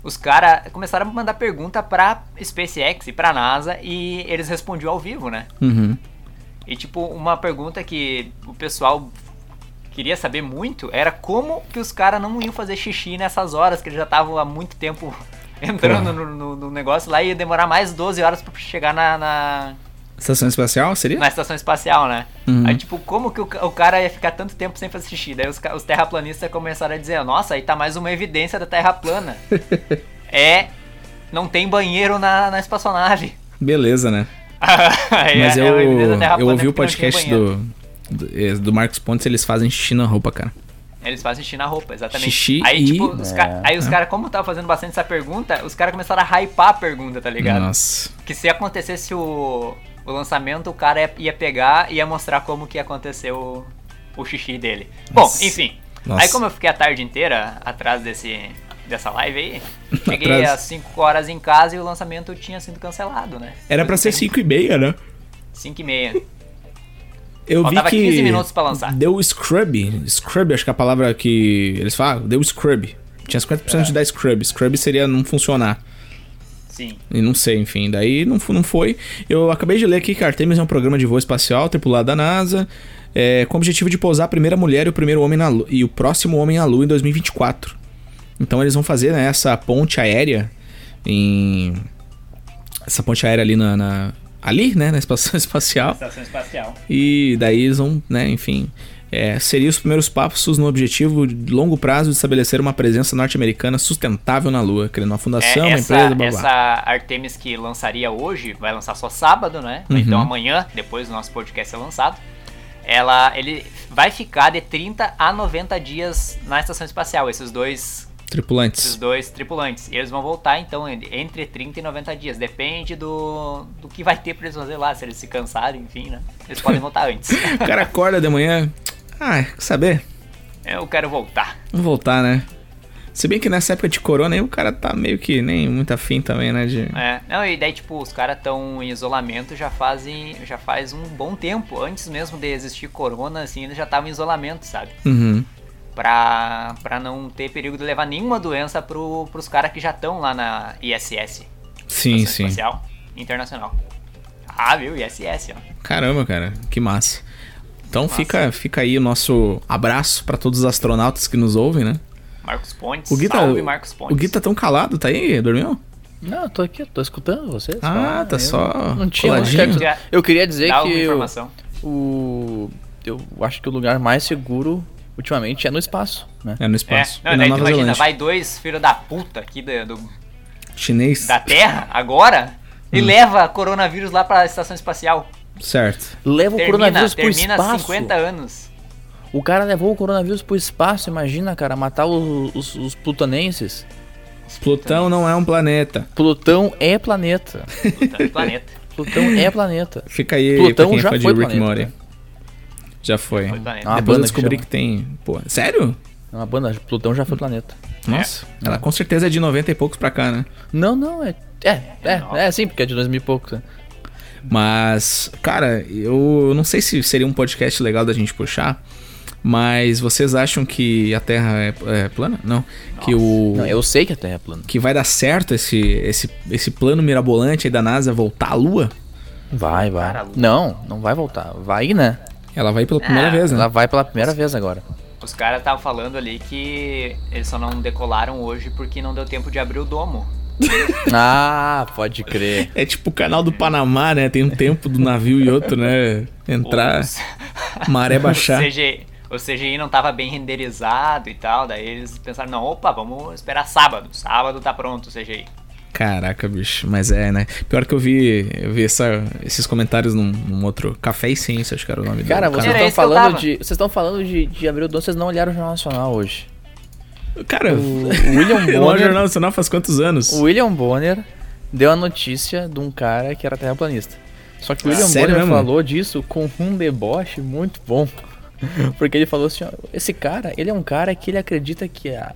Speaker 2: Os caras começaram a mandar pergunta pra SpaceX e pra NASA e eles respondiam ao vivo, né?
Speaker 1: Uhum,
Speaker 2: E tipo, uma pergunta que o pessoal queria saber muito era como que os caras não iam fazer xixi nessas horas, que eles já estavam há muito tempo entrando no, no- no negócio lá e ia demorar mais 12 horas pra chegar na, na,
Speaker 1: Estação espacial seria?
Speaker 2: na estação espacial, né?
Speaker 1: Uhum.
Speaker 2: Aí tipo, como que o, ca- o cara ia ficar tanto tempo sem fazer xixi? Daí os, ca- os terraplanistas começaram a dizer, nossa, aí tá mais uma evidência da terra plana. é, não tem banheiro na, na espaçonave.
Speaker 1: Beleza, né?
Speaker 2: Aí
Speaker 1: Mas
Speaker 2: é- é
Speaker 1: eu,
Speaker 2: uma evidência da terra
Speaker 1: eu
Speaker 2: plana
Speaker 1: ouvi o
Speaker 2: porque não tinha
Speaker 1: podcast
Speaker 2: banheiro.
Speaker 1: do, do, eh, do Marcos Pontes, eles fazem xixi na roupa, cara.
Speaker 2: Eles fazem xixi na roupa, exatamente.
Speaker 1: Xixi
Speaker 2: aí,
Speaker 1: e-
Speaker 2: tipo, os
Speaker 4: É.
Speaker 2: ca- aí os caras, como tava fazendo bastante essa pergunta, os caras começaram a hypar a pergunta, tá ligado?
Speaker 1: Nossa.
Speaker 2: Que se acontecesse o, o lançamento, o cara ia, ia pegar e ia mostrar como que ia acontecer o, o xixi dele. Bom,
Speaker 1: Nossa.
Speaker 2: enfim.
Speaker 1: Nossa.
Speaker 2: Aí como eu fiquei a tarde inteira atrás desse dessa live aí, cheguei
Speaker 1: Atrás.
Speaker 2: às 5 horas em casa e o lançamento tinha sido cancelado, né?
Speaker 1: Era pra ser 5 e meia, né?
Speaker 2: 5 e meia.
Speaker 1: Eu vi
Speaker 2: Faltava
Speaker 1: que
Speaker 2: 15 minutos pra lançar.
Speaker 1: Deu scrub. Scrub, acho que é a palavra que eles falam. Deu scrub. Tinha 50%
Speaker 2: É.
Speaker 1: de dar scrub. Scrub seria não funcionar.
Speaker 2: Sim.
Speaker 1: E não sei, enfim, daí não, fu- não foi. Eu acabei de ler aqui que a Artemis é um programa de voo espacial tripulado da NASA, é, com o objetivo de pousar a primeira mulher e o primeiro homem na Lua, e o próximo homem à Lua em 2024. Então eles vão fazer né, essa ponte aérea em essa ponte aérea ali na, na- ali, né, na estação espacial.
Speaker 2: Estação espacial.
Speaker 1: E daí eles vão, né, enfim, é, seria os primeiros passos no objetivo de longo prazo de estabelecer uma presença norte-americana sustentável na Lua, criando uma
Speaker 2: É,
Speaker 1: fundação, uma
Speaker 2: essa,
Speaker 1: empresa, blá blá.
Speaker 2: essa Artemis que lançaria hoje, vai lançar só sábado, né?
Speaker 1: Uhum.
Speaker 2: Então amanhã, depois do nosso podcast ser lançado, ela ele vai ficar de 30 a 90 dias na estação espacial, esses dois,
Speaker 1: Tripulantes.
Speaker 2: esses dois tripulantes. E eles vão voltar então en- entre 30 e 90 dias, depende do, do que vai ter pra eles fazer lá, se eles se cansarem, enfim, né? Eles podem voltar antes.
Speaker 1: O cara acorda de manhã. Ah, quer saber?
Speaker 2: Eu quero voltar.
Speaker 1: Vamos voltar, né? Se bem que nessa época de corona aí o cara tá meio que nem muito afim também, né? De...
Speaker 2: É, não, e daí, tipo, os caras estão em isolamento já fazem. já faz um bom tempo. Antes mesmo de existir corona, assim, eles já estavam em isolamento, sabe?
Speaker 1: Uhum.
Speaker 2: Pra, pra não ter perigo de levar nenhuma doença pro, pros caras que já estão lá na ISS.
Speaker 1: Sim,
Speaker 2: Estação
Speaker 1: sim.
Speaker 2: Espacial Internacional. Ah, viu? ISS, ó.
Speaker 1: Caramba, cara, que massa. Então fica, fica aí o nosso abraço pra todos os astronautas que nos ouvem, né?
Speaker 2: Marcos Pontes.
Speaker 1: O Gui tá,
Speaker 2: salve,
Speaker 1: o,
Speaker 2: Marcos Pontes.
Speaker 1: o Gui tá tão calado, tá aí? Dormiu?
Speaker 4: Não, eu tô aqui, eu tô escutando vocês.
Speaker 1: Ah,
Speaker 4: falarem,
Speaker 1: tá
Speaker 4: eu
Speaker 1: só
Speaker 4: Não tinha, não
Speaker 1: coladinho.
Speaker 4: tinha que- Eu queria dizer
Speaker 2: Dá alguma
Speaker 4: que o,
Speaker 2: informação.
Speaker 4: o- Eu acho que o lugar mais seguro ultimamente é no espaço, né?
Speaker 1: É no
Speaker 2: É,
Speaker 1: espaço.
Speaker 2: não,
Speaker 1: e na
Speaker 2: daí tu
Speaker 1: Nova
Speaker 2: imagina,
Speaker 1: Zelândia.
Speaker 2: vai dois filhos da puta aqui do- do,
Speaker 1: Chinês?
Speaker 2: da Terra agora e
Speaker 1: Hum.
Speaker 2: leva coronavírus lá pra estação espacial.
Speaker 1: Certo.
Speaker 4: Leva o
Speaker 2: Termina,
Speaker 4: coronavírus pro
Speaker 2: termina
Speaker 4: espaço.
Speaker 2: 50 anos.
Speaker 4: O cara levou o coronavírus pro espaço, imagina, cara, matar os, os- os plutonenses.
Speaker 1: Plutão não é um planeta.
Speaker 4: Plutão é planeta.
Speaker 2: Puta, planeta.
Speaker 4: Plutão é planeta.
Speaker 1: Fica aí
Speaker 4: Plutão
Speaker 1: pra quem
Speaker 4: já
Speaker 1: é fã de
Speaker 4: foi
Speaker 1: Rick
Speaker 4: planeta,
Speaker 1: Mori.
Speaker 4: né?
Speaker 1: Já foi.
Speaker 2: Foi planeta.
Speaker 4: Ah, uma
Speaker 1: Depois
Speaker 4: banda
Speaker 1: eu
Speaker 4: que
Speaker 1: descobri
Speaker 4: chama.
Speaker 1: que, tem. Pô, sério?
Speaker 4: É uma banda, Plutão já foi planeta.
Speaker 1: Nossa. Ela com certeza é de 90 e poucos pra cá, né?
Speaker 4: Não, não, é. É, é, é sim, porque é de 2000 e pouco. né?
Speaker 1: Mas, cara, eu não sei se seria um podcast legal da gente puxar. Mas vocês acham que a Terra é, é plana? Não. Que o.
Speaker 4: Não, eu sei que a Terra é plana.
Speaker 1: Que vai dar certo esse, esse, esse plano mirabolante aí da NASA voltar à Lua?
Speaker 4: Vai, vai.
Speaker 2: Cara, Lu.
Speaker 4: Não, não vai voltar. Vai, né?
Speaker 1: Ela vai pela primeira
Speaker 2: Ah,
Speaker 1: vez, né?
Speaker 4: Ela vai pela primeira vez agora.
Speaker 2: Os caras estavam falando ali que eles só não decolaram hoje porque não deu tempo de abrir o domo.
Speaker 4: Ah, pode crer.
Speaker 1: É tipo o canal do Panamá, né? Tem um tempo do navio e outro, né? Entrar,
Speaker 2: Os-
Speaker 1: maré baixar.
Speaker 2: O CGI, o CGI não tava bem renderizado e tal, daí eles pensaram, não, opa, vamos esperar sábado. Sábado tá pronto o CGI.
Speaker 1: Caraca, bicho, mas é, né? Pior que eu vi, eu vi essa- esses comentários num, num outro Café e Ciência, acho que era o nome
Speaker 4: Cara,
Speaker 1: do
Speaker 4: vocês estão
Speaker 2: Era isso que eu
Speaker 4: falando
Speaker 2: tava.
Speaker 4: de. Vocês estão falando de, de abrir o dono, vocês não olharam o Jornal Nacional hoje.
Speaker 1: Você... Cara,
Speaker 4: O
Speaker 1: o
Speaker 4: William Bonner.
Speaker 1: Jornal Nacional faz quantos anos?
Speaker 4: O William Bonner deu a notícia de um cara que era terraplanista. Só que o William
Speaker 1: Sério
Speaker 4: Bonner
Speaker 1: mesmo?
Speaker 4: falou disso com um deboche muito bom. Porque ele falou assim, ó, esse cara, ele é um cara que ele acredita que a,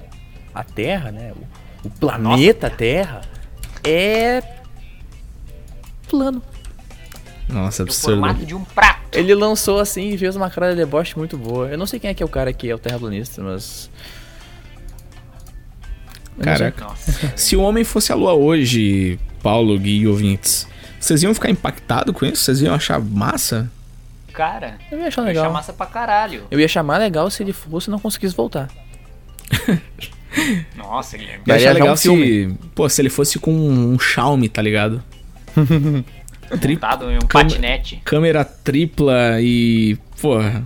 Speaker 4: a Terra, né, o, o planeta Terra é plano.
Speaker 1: Nossa,
Speaker 2: No
Speaker 1: absurdo.
Speaker 2: formato de um prato.
Speaker 4: Ele lançou assim e fez uma cara de deboche muito boa. Eu não sei quem é que é o cara que é o terraplanista, mas
Speaker 1: Caraca.
Speaker 2: Nossa.
Speaker 1: Se o homem fosse a lua hoje, Paulo, Gui e ouvintes, vocês iam ficar impactado com isso? Vocês iam achar massa?
Speaker 2: Cara,
Speaker 4: eu ia achar
Speaker 2: eu
Speaker 4: legal.
Speaker 2: achei massa pra caralho.
Speaker 4: Eu ia chamar legal se ele fosse e não conseguisse voltar.
Speaker 2: Nossa, Guilherme. tá
Speaker 1: Eu ia
Speaker 4: Daria
Speaker 1: achar
Speaker 4: já
Speaker 1: legal
Speaker 4: um
Speaker 1: se, pô, se ele fosse com um Xiaomi, tá ligado? Tri-
Speaker 4: Tá.
Speaker 2: Montado em um
Speaker 1: Câmera-
Speaker 2: patinete.
Speaker 1: câmera tripla e, porra,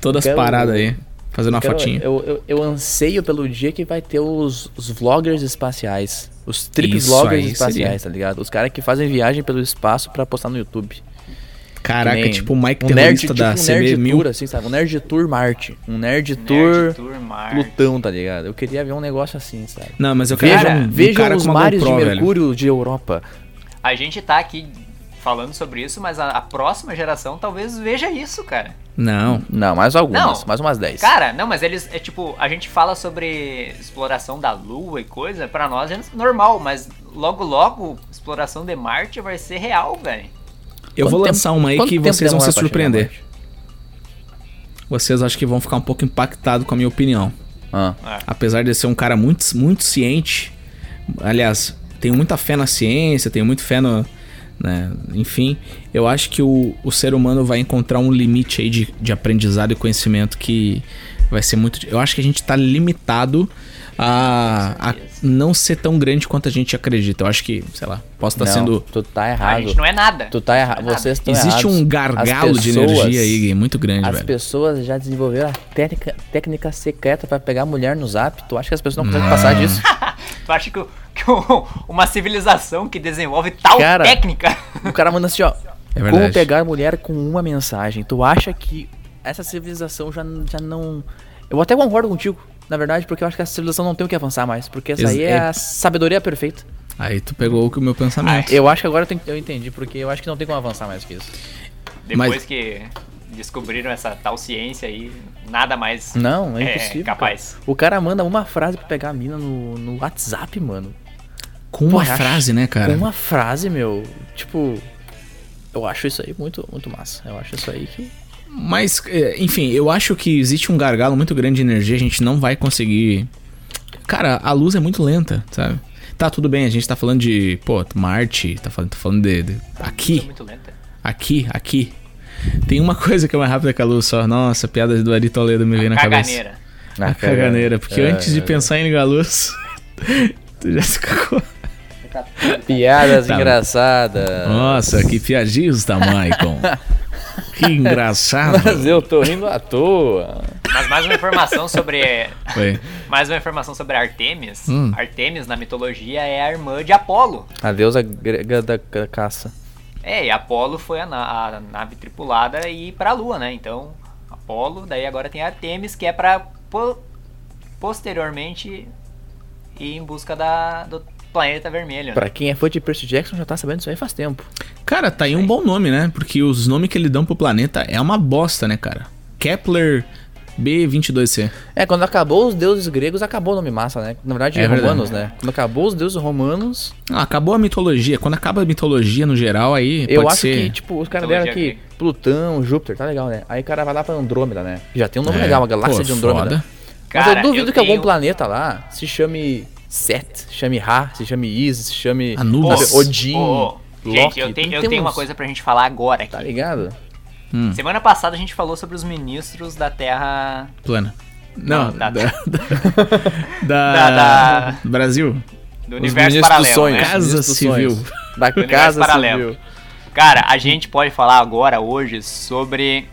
Speaker 1: todas
Speaker 4: Quero-
Speaker 1: paradas aí. Fazendo uma
Speaker 4: Cara,
Speaker 1: fotinha.
Speaker 4: Eu, eu, eu anseio pelo dia que vai ter os, os vloggers espaciais. Os trip
Speaker 1: Isso
Speaker 4: vloggers
Speaker 1: aí
Speaker 4: espaciais,
Speaker 1: seria.
Speaker 4: tá ligado? Os caras que fazem viagem pelo espaço pra postar no YouTube.
Speaker 1: Caraca,
Speaker 4: Que nem
Speaker 1: tipo o Mike
Speaker 4: um nerd,
Speaker 1: Terrorista
Speaker 4: tipo
Speaker 1: da
Speaker 4: um
Speaker 1: CB1000.
Speaker 4: nerd tour, assim, sabe? Um nerd tour Marte. Um nerd,
Speaker 2: Nerd
Speaker 4: tour,
Speaker 2: Tour Mar.
Speaker 4: Plutão, tá ligado? Eu queria ver um negócio assim, sabe?
Speaker 1: Não, mas eu quero
Speaker 4: Vejam,
Speaker 1: um, um
Speaker 4: vejam
Speaker 1: cara
Speaker 4: os
Speaker 1: com uma
Speaker 4: mares
Speaker 1: GoPro,
Speaker 4: de
Speaker 1: velho.
Speaker 4: Mercúrio de Europa.
Speaker 2: A gente tá aqui falando sobre isso, mas a, a próxima geração talvez veja isso, cara.
Speaker 1: Não.
Speaker 4: Não, mais algumas,
Speaker 2: Não.
Speaker 4: mais umas 10.
Speaker 2: Cara, não, mas eles é tipo, a gente fala sobre exploração da Lua e coisa, pra nós é normal, mas logo logo exploração de Marte vai ser real, velho.
Speaker 1: Eu
Speaker 4: Quanto
Speaker 1: vou
Speaker 4: tempo-
Speaker 1: lançar uma aí
Speaker 4: quanto
Speaker 1: que
Speaker 4: tempo
Speaker 1: vocês vão
Speaker 4: demora
Speaker 1: se
Speaker 4: pra chegar a
Speaker 1: surpreender.
Speaker 4: Marte?
Speaker 1: Vocês acho que vão ficar um pouco impactados com a minha opinião.
Speaker 4: Ah,
Speaker 1: Apesar de eu ser um cara muito, muito ciente. Aliás, tenho muita fé na ciência, tenho muito fé no. né, Enfim, eu acho que o, o ser humano vai encontrar um limite aí de, de aprendizado e conhecimento que vai ser muito. Eu acho que a gente tá limitado a, a não ser tão grande quanto a gente acredita. Eu acho que, sei lá, posso estar
Speaker 4: não,
Speaker 1: sendo.
Speaker 4: tu tá
Speaker 2: A
Speaker 4: errado.
Speaker 2: gente não é nada.
Speaker 4: Tu tá errado.
Speaker 2: Não é nada.
Speaker 4: Vocês estão
Speaker 1: Existe
Speaker 4: errados.
Speaker 1: um
Speaker 4: As
Speaker 1: gargalo de
Speaker 4: pessoas-
Speaker 1: energia aí, Gui, muito grande,
Speaker 4: As
Speaker 1: velho.
Speaker 4: pessoas já desenvolveram a técnica, técnica secreta pra pegar mulher no zap. Tu acha que as pessoas não conseguem passar
Speaker 1: Ah.
Speaker 4: disso?
Speaker 2: Tu acha que, o- que o- uma civilização que desenvolve tal
Speaker 4: Cara.
Speaker 2: técnica?
Speaker 4: O cara manda assim, ó.
Speaker 1: É
Speaker 4: como
Speaker 1: verdade.
Speaker 4: pegar mulher com uma mensagem. Tu acha que essa civilização já, já não. Eu até concordo contigo, na verdade, porque eu acho que essa civilização não tem o que avançar mais. Porque essa
Speaker 1: Ex-
Speaker 4: aí é
Speaker 1: é.
Speaker 4: a sabedoria perfeita.
Speaker 1: Aí tu pegou o meu pensamento.
Speaker 4: Eu acho que agora eu, tenho- eu entendi, porque eu acho que não tem como avançar mais que isso.
Speaker 2: Depois
Speaker 1: Mas-
Speaker 2: que descobriram essa tal ciência aí, nada mais
Speaker 4: Não, é,
Speaker 2: É,
Speaker 4: impossível.
Speaker 2: capaz.
Speaker 4: cara. O cara manda uma frase pra pegar a mina no, no WhatsApp, mano.
Speaker 1: Com uma
Speaker 4: Pô, eu acho-
Speaker 1: frase, né, cara?
Speaker 4: Com uma frase, meu. Tipo. Eu acho isso aí muito, muito massa. Eu acho isso aí que.
Speaker 1: Mas, é, enfim, eu acho que existe um gargalo muito grande de energia, a gente não vai conseguir. Cara, a luz é muito lenta, sabe? Tá, tudo bem, a gente tá falando de, pô, Marte, tá falando, tá falando de, de- Aqui,
Speaker 2: muito lenta.
Speaker 1: aqui, aqui. Tem uma coisa que é mais rápida que a luz só. Nossa, piada do Ari Toledo me veio na cabeça.
Speaker 2: Caganeira.
Speaker 4: Ah,
Speaker 1: A caganeira. Porque
Speaker 4: É,
Speaker 1: antes de pensar em ligar a luz, tu já se cagou.
Speaker 4: Piadas
Speaker 1: Tá.
Speaker 4: engraçadas.
Speaker 1: Nossa, que piadista, Maicon. que engraçado.
Speaker 4: Mas eu tô rindo à toa.
Speaker 2: Mas mais uma informação sobre.
Speaker 1: Foi.
Speaker 2: Mais uma informação sobre Artemis.
Speaker 1: Hum.
Speaker 2: Artemis, na mitologia, é a irmã de Apolo.
Speaker 4: A deusa grega da da caça.
Speaker 2: É, e Apolo foi a, na- a nave tripulada e ir pra Lua, né? Então, Apolo, daí agora tem Artemis, que é pra po- posteriormente ir em busca da, do Planeta Vermelho.
Speaker 4: Pra quem é fã de Percy Jackson já tá sabendo disso aí faz tempo.
Speaker 1: Cara, tá aí um bom nome, né? Porque os nomes que eles dão pro planeta é uma bosta, né, cara? Kepler B22c.
Speaker 4: É, quando acabou os deuses gregos, acabou o nome massa, né? Na verdade,
Speaker 1: É verdade.
Speaker 4: romanos, né? Quando acabou os deuses romanos,
Speaker 1: Ah, acabou a mitologia. Quando acaba a mitologia no geral, aí
Speaker 4: eu
Speaker 1: pode
Speaker 4: acho
Speaker 1: ser...
Speaker 4: que, tipo, os caras deram
Speaker 2: Mitologia
Speaker 4: aqui Plutão, Júpiter, tá legal, né? Aí o cara vai lá pra Andrômeda, né? Já tem um nome
Speaker 1: É,
Speaker 4: legal, a galáxia
Speaker 1: pô,
Speaker 4: de Andrômeda.
Speaker 1: foda.
Speaker 2: Cara,
Speaker 4: Mas eu duvido
Speaker 2: eu
Speaker 4: que algum
Speaker 2: tenho-
Speaker 4: planeta lá se chame Set, se chame Ra, se chame Isis, se chame
Speaker 1: Anubis.
Speaker 4: sabe, Odin,
Speaker 2: Ô, ô,
Speaker 4: Loki.
Speaker 2: gente, eu, te-
Speaker 4: Tem-
Speaker 2: eu
Speaker 4: tem
Speaker 2: tenho uma
Speaker 4: uns-
Speaker 2: coisa pra gente falar agora aqui.
Speaker 4: Tá ligado?
Speaker 2: Semana passada a gente falou sobre os ministros da Terra.
Speaker 1: Plana. Não,
Speaker 2: Não, tá.
Speaker 1: da, da,
Speaker 2: Da- da-
Speaker 1: do Brasil.
Speaker 2: Do
Speaker 4: Os
Speaker 2: universo
Speaker 4: ministros
Speaker 2: paralelo.
Speaker 4: sonhos,
Speaker 2: né?
Speaker 1: Casa
Speaker 4: os ministros
Speaker 1: Civil.
Speaker 4: sonhos. Da
Speaker 2: universo
Speaker 4: Casa
Speaker 2: paralelo.
Speaker 4: Civil.
Speaker 2: Cara, a gente pode falar agora, hoje, sobre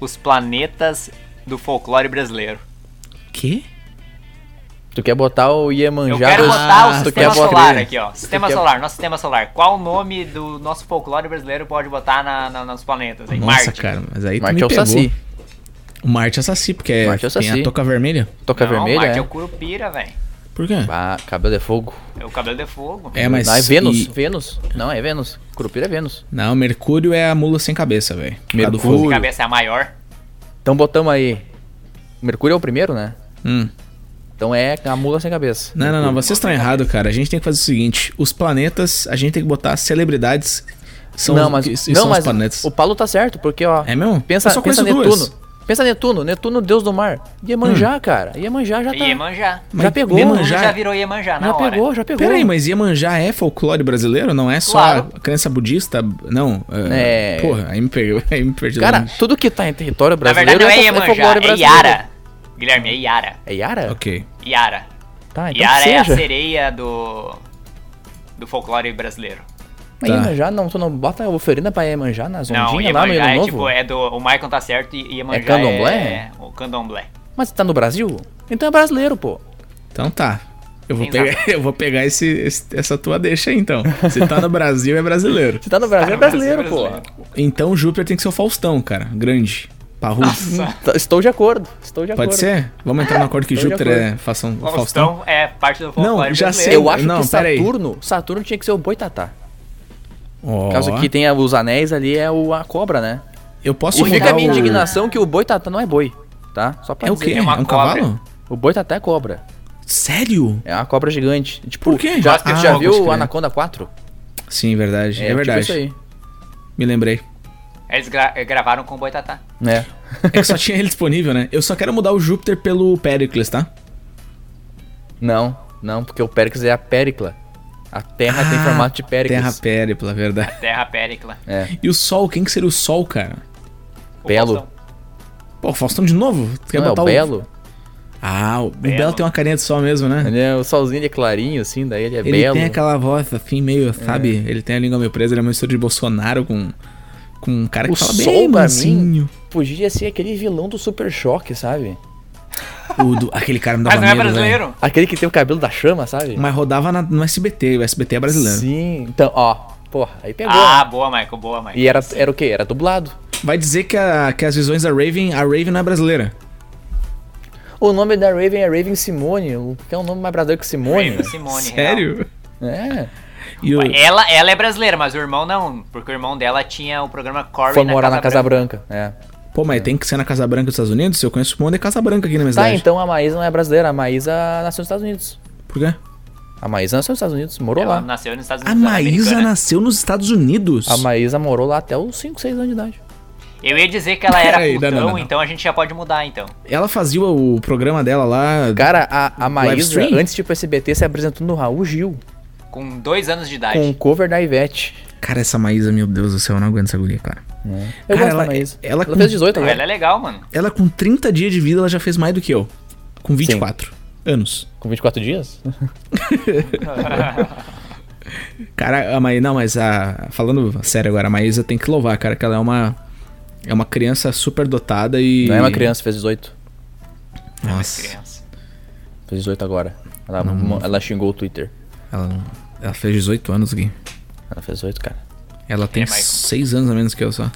Speaker 2: os planetas do folclore brasileiro.
Speaker 1: Que?
Speaker 4: Tu quer botar o Iemanjá
Speaker 2: Eu quero
Speaker 4: dos-
Speaker 2: botar o
Speaker 1: tu
Speaker 2: sistema
Speaker 1: quer botar-
Speaker 2: solar aqui, ó. Sistema
Speaker 4: quer-
Speaker 2: solar, nosso sistema solar. Qual o nome do nosso folclore brasileiro pode botar na, na- nos planetas? Em
Speaker 1: Nossa,
Speaker 2: Marte.
Speaker 1: cara, mas aí tu
Speaker 4: Marte é
Speaker 1: me
Speaker 4: o
Speaker 1: pegou.
Speaker 4: Saci.
Speaker 1: O Marte é o Saci, porque é-
Speaker 4: Marte é o
Speaker 1: tem
Speaker 4: Saci.
Speaker 1: a toca vermelha.
Speaker 4: Toca
Speaker 2: Não,
Speaker 4: vermelha,
Speaker 2: Marte é
Speaker 4: é?
Speaker 2: o Curupira, velho.
Speaker 1: Por quê?
Speaker 4: Ah, cabelo é fogo.
Speaker 2: É o cabelo de fogo.
Speaker 1: É, mas...
Speaker 4: Não, é Vênus.
Speaker 1: e-
Speaker 4: Vênus. Não, é Vênus. Curupira é Vênus.
Speaker 1: Não, Mercúrio é a mula sem cabeça, velho. Lá do
Speaker 4: Mercúrio.
Speaker 2: A
Speaker 1: fogo.
Speaker 2: cabeça é a maior.
Speaker 4: Então botamos aí. Mercúrio é o primeiro, né?
Speaker 1: Hum.
Speaker 4: Então é a mula sem cabeça.
Speaker 1: Não, não, não, vocês estão errados, cara. A gente tem que fazer o seguinte: os planetas, a gente tem que botar celebridades. São
Speaker 4: não,
Speaker 1: os-
Speaker 4: mas,
Speaker 1: e- e
Speaker 4: não,
Speaker 1: são
Speaker 4: mas
Speaker 1: os planetas.
Speaker 4: o Paulo tá certo, porque ó.
Speaker 1: É mesmo?
Speaker 4: Pensa,
Speaker 1: Eu só
Speaker 4: pensa
Speaker 1: conheço Hum.
Speaker 4: Netuno.
Speaker 1: duas.
Speaker 4: Pensa Netuno. Netuno, deus do mar. Iemanjá, cara. Iemanjá já tá.
Speaker 2: E Iemanjá.
Speaker 1: Mas
Speaker 4: já pegou.
Speaker 2: Todo
Speaker 1: Iemanjá-
Speaker 2: já virou Iemanjá na
Speaker 4: já
Speaker 2: hora.
Speaker 4: pegou, já pegou.
Speaker 1: Peraí, mas Iemanjá é folclore brasileiro? Não é só
Speaker 2: Claro.
Speaker 1: a crença budista? Não.
Speaker 4: É.
Speaker 1: é... Porra, aí me, pegou, aí me perdi.
Speaker 4: Cara,
Speaker 1: longe.
Speaker 4: tudo que tá em território
Speaker 2: Na
Speaker 4: brasileiro
Speaker 2: verdade não é
Speaker 4: fol-
Speaker 2: Iemanjá,
Speaker 4: folclore
Speaker 2: é
Speaker 4: brasileiro.
Speaker 2: Yara. Guilherme, é Yara.
Speaker 4: É Yara?
Speaker 1: Ok.
Speaker 2: Yara.
Speaker 4: Tá, então
Speaker 2: Yara
Speaker 4: que
Speaker 2: é a
Speaker 4: seja.
Speaker 2: sereia do do folclore brasileiro.
Speaker 4: Mas
Speaker 1: Tá.
Speaker 4: Iemanjá não, tu não bota oferenda pra Iemanjá nas
Speaker 2: Não,
Speaker 4: ondinhas lá no
Speaker 2: Iemanjá
Speaker 4: Ano
Speaker 2: é
Speaker 4: Novo?
Speaker 2: tipo, é do, o Michael tá certo e Iemanjá
Speaker 4: É candomblé?
Speaker 2: é o candomblé.
Speaker 4: Mas tá no Brasil? Então é brasileiro, pô.
Speaker 1: Então tá. Eu vou
Speaker 2: Exato.
Speaker 1: pegar, eu vou pegar esse, esse- essa tua deixa aí, então. Se tá no Brasil, é brasileiro.
Speaker 4: Se tá no Brasil,
Speaker 2: Tá
Speaker 4: é
Speaker 2: no
Speaker 4: brasileiro,
Speaker 2: Brasil, é
Speaker 4: pô.
Speaker 1: Então Júpiter tem que ser o Faustão, cara. Grande. Parrudo.
Speaker 2: Nossa,
Speaker 4: Tá, Estou de acordo, estou de
Speaker 1: Pode
Speaker 4: acordo.
Speaker 1: ser? Vamos entrar no acordo que
Speaker 4: Tô de
Speaker 1: Júpiter é façam, Faustão.
Speaker 2: Faustão é parte do folclore
Speaker 1: Não, já sei.
Speaker 2: brasileiro.
Speaker 4: Eu acho
Speaker 1: Não,
Speaker 4: que
Speaker 1: pera aí.
Speaker 4: Saturno, Saturno tinha que ser o boitatá.
Speaker 1: Ó,
Speaker 4: Caso que tenha os anéis ali, é o, a cobra, né?
Speaker 1: Eu posso
Speaker 4: E fica
Speaker 1: mudar
Speaker 4: a minha
Speaker 1: é o-
Speaker 4: indignação que o boitatá não é boi, tá? Só pra
Speaker 1: É o
Speaker 4: dizer.
Speaker 1: quê? É,
Speaker 2: É uma
Speaker 1: um
Speaker 2: cobra.
Speaker 1: cavalo?
Speaker 4: O boitatá é cobra.
Speaker 1: Sério?
Speaker 4: É uma cobra gigante. Tipo,
Speaker 1: Por quê?
Speaker 4: já,
Speaker 1: Ah,
Speaker 4: já
Speaker 1: pode
Speaker 4: viu
Speaker 1: crer.
Speaker 4: o Anaconda 4?
Speaker 1: Sim, verdade. É,
Speaker 4: tipo
Speaker 1: verdade.
Speaker 4: isso aí.
Speaker 1: Me lembrei.
Speaker 2: Eles gra- gravaram com o Boitatá.
Speaker 4: É.
Speaker 1: É que só tinha ele disponível, né? Eu só quero mudar o Júpiter pelo Pericles, tá?
Speaker 4: Não, não, porque o Péricles é a Péricla. A Terra tem
Speaker 1: Ah,
Speaker 4: formato de Péricles.
Speaker 1: Terra Péripla, verdade.
Speaker 2: Terra Péricla.
Speaker 4: É,
Speaker 1: E o Sol, quem que seria o Sol, cara?
Speaker 2: O
Speaker 4: Belo.
Speaker 2: Faustão.
Speaker 1: Pô, o Faustão de novo? Tu quer
Speaker 4: não, é
Speaker 1: botar
Speaker 4: o Belo.
Speaker 1: Ah, o o Belo.
Speaker 2: Belo.
Speaker 1: tem uma carinha de sol mesmo, né?
Speaker 4: Ele é o solzinho ele é clarinho, assim, daí ele é
Speaker 1: Ele
Speaker 4: belo.
Speaker 1: tem aquela voz assim, meio, sabe? Ele tem a língua meio presa, ele é uma mistura de Bolsonaro com, com um cara que
Speaker 4: O
Speaker 1: fala
Speaker 4: Sol,
Speaker 1: bem
Speaker 4: pra
Speaker 1: mansinho.
Speaker 4: Podia ser aquele vilão do Super Choque, sabe?
Speaker 1: O do- aquele cara me dava
Speaker 2: Mas não é
Speaker 1: medo, velho.
Speaker 2: brasileiro?
Speaker 4: Aquele que tem o cabelo da chama, sabe?
Speaker 1: Mas rodava na- no SBT, o SBT é brasileiro.
Speaker 4: Sim, então, ó, porra, aí pegou.
Speaker 2: Ah, boa, Michael, boa, Michael.
Speaker 4: E era, era o quê? Era dublado.
Speaker 1: Vai dizer que, a- que as visões da Raven, a Raven não é brasileira.
Speaker 4: O nome da Raven é Raven Simone, o que é um nome mais brasileiro que Simone. né?
Speaker 2: Raven Simone, real.
Speaker 1: Sério?
Speaker 4: É.
Speaker 1: E o,
Speaker 2: Ela, ela é brasileira, mas o irmão não, porque o irmão dela tinha o programa Corey
Speaker 4: Foi morar na Casa Branca. É.
Speaker 1: Pô, mas tem que ser na Casa Branca dos Estados Unidos? Eu conheço um monte de Casa Branca aqui na minha
Speaker 4: Tá,
Speaker 1: cidade.
Speaker 4: então a Maísa não é brasileira, a Maísa nasceu nos Estados Unidos.
Speaker 1: Por quê?
Speaker 4: A Maísa nasceu nos Estados Unidos, morou
Speaker 2: Ela
Speaker 4: lá.
Speaker 2: nasceu nos Estados
Speaker 1: A
Speaker 2: Unidos. ela é
Speaker 1: Maísa
Speaker 2: americana.
Speaker 1: nasceu nos Estados Unidos.
Speaker 4: A Maísa morou lá até os 5, 6 anos de idade.
Speaker 2: Eu ia dizer que ela era
Speaker 1: Peraí, não,
Speaker 2: Plutão,
Speaker 1: não, não, não.
Speaker 2: então a gente já pode mudar, então.
Speaker 1: Ela fazia o programa dela lá.
Speaker 4: Cara, a, a Maísa,
Speaker 1: stream?
Speaker 4: antes tipo, de ir pro SBT, se apresentou no Raul Gil,
Speaker 2: Com dois anos de idade.
Speaker 4: com um cover da Ivete.
Speaker 1: Cara, essa Maísa, meu Deus do céu, eu não aguento essa guria, cara. Cara,
Speaker 4: Eu gosto
Speaker 1: ela- é-
Speaker 4: da Maísa.
Speaker 1: ela com-
Speaker 4: fez 18
Speaker 2: Ah,
Speaker 4: agora.
Speaker 2: Ela é legal, mano.
Speaker 1: Ela com 30 dias de vida, ela já fez mais do que eu. Com 24 anos.
Speaker 2: é
Speaker 4: Com 24 dias?
Speaker 1: Cara, a Maísa. Não, mas a. Falando sério agora, a Maísa tem que louvar, cara, que ela é uma. É uma criança super dotada e.
Speaker 4: Não é uma criança, fez 18.
Speaker 1: Nossa.
Speaker 2: é Criança.
Speaker 4: Fez 18 agora. Ela, ela xingou o Twitter.
Speaker 1: Ela, não- ela fez 18 anos, Gui.
Speaker 4: Ela fez 18, cara.
Speaker 1: Ela tem
Speaker 2: É, Michael.
Speaker 1: 6 anos a menos que eu só.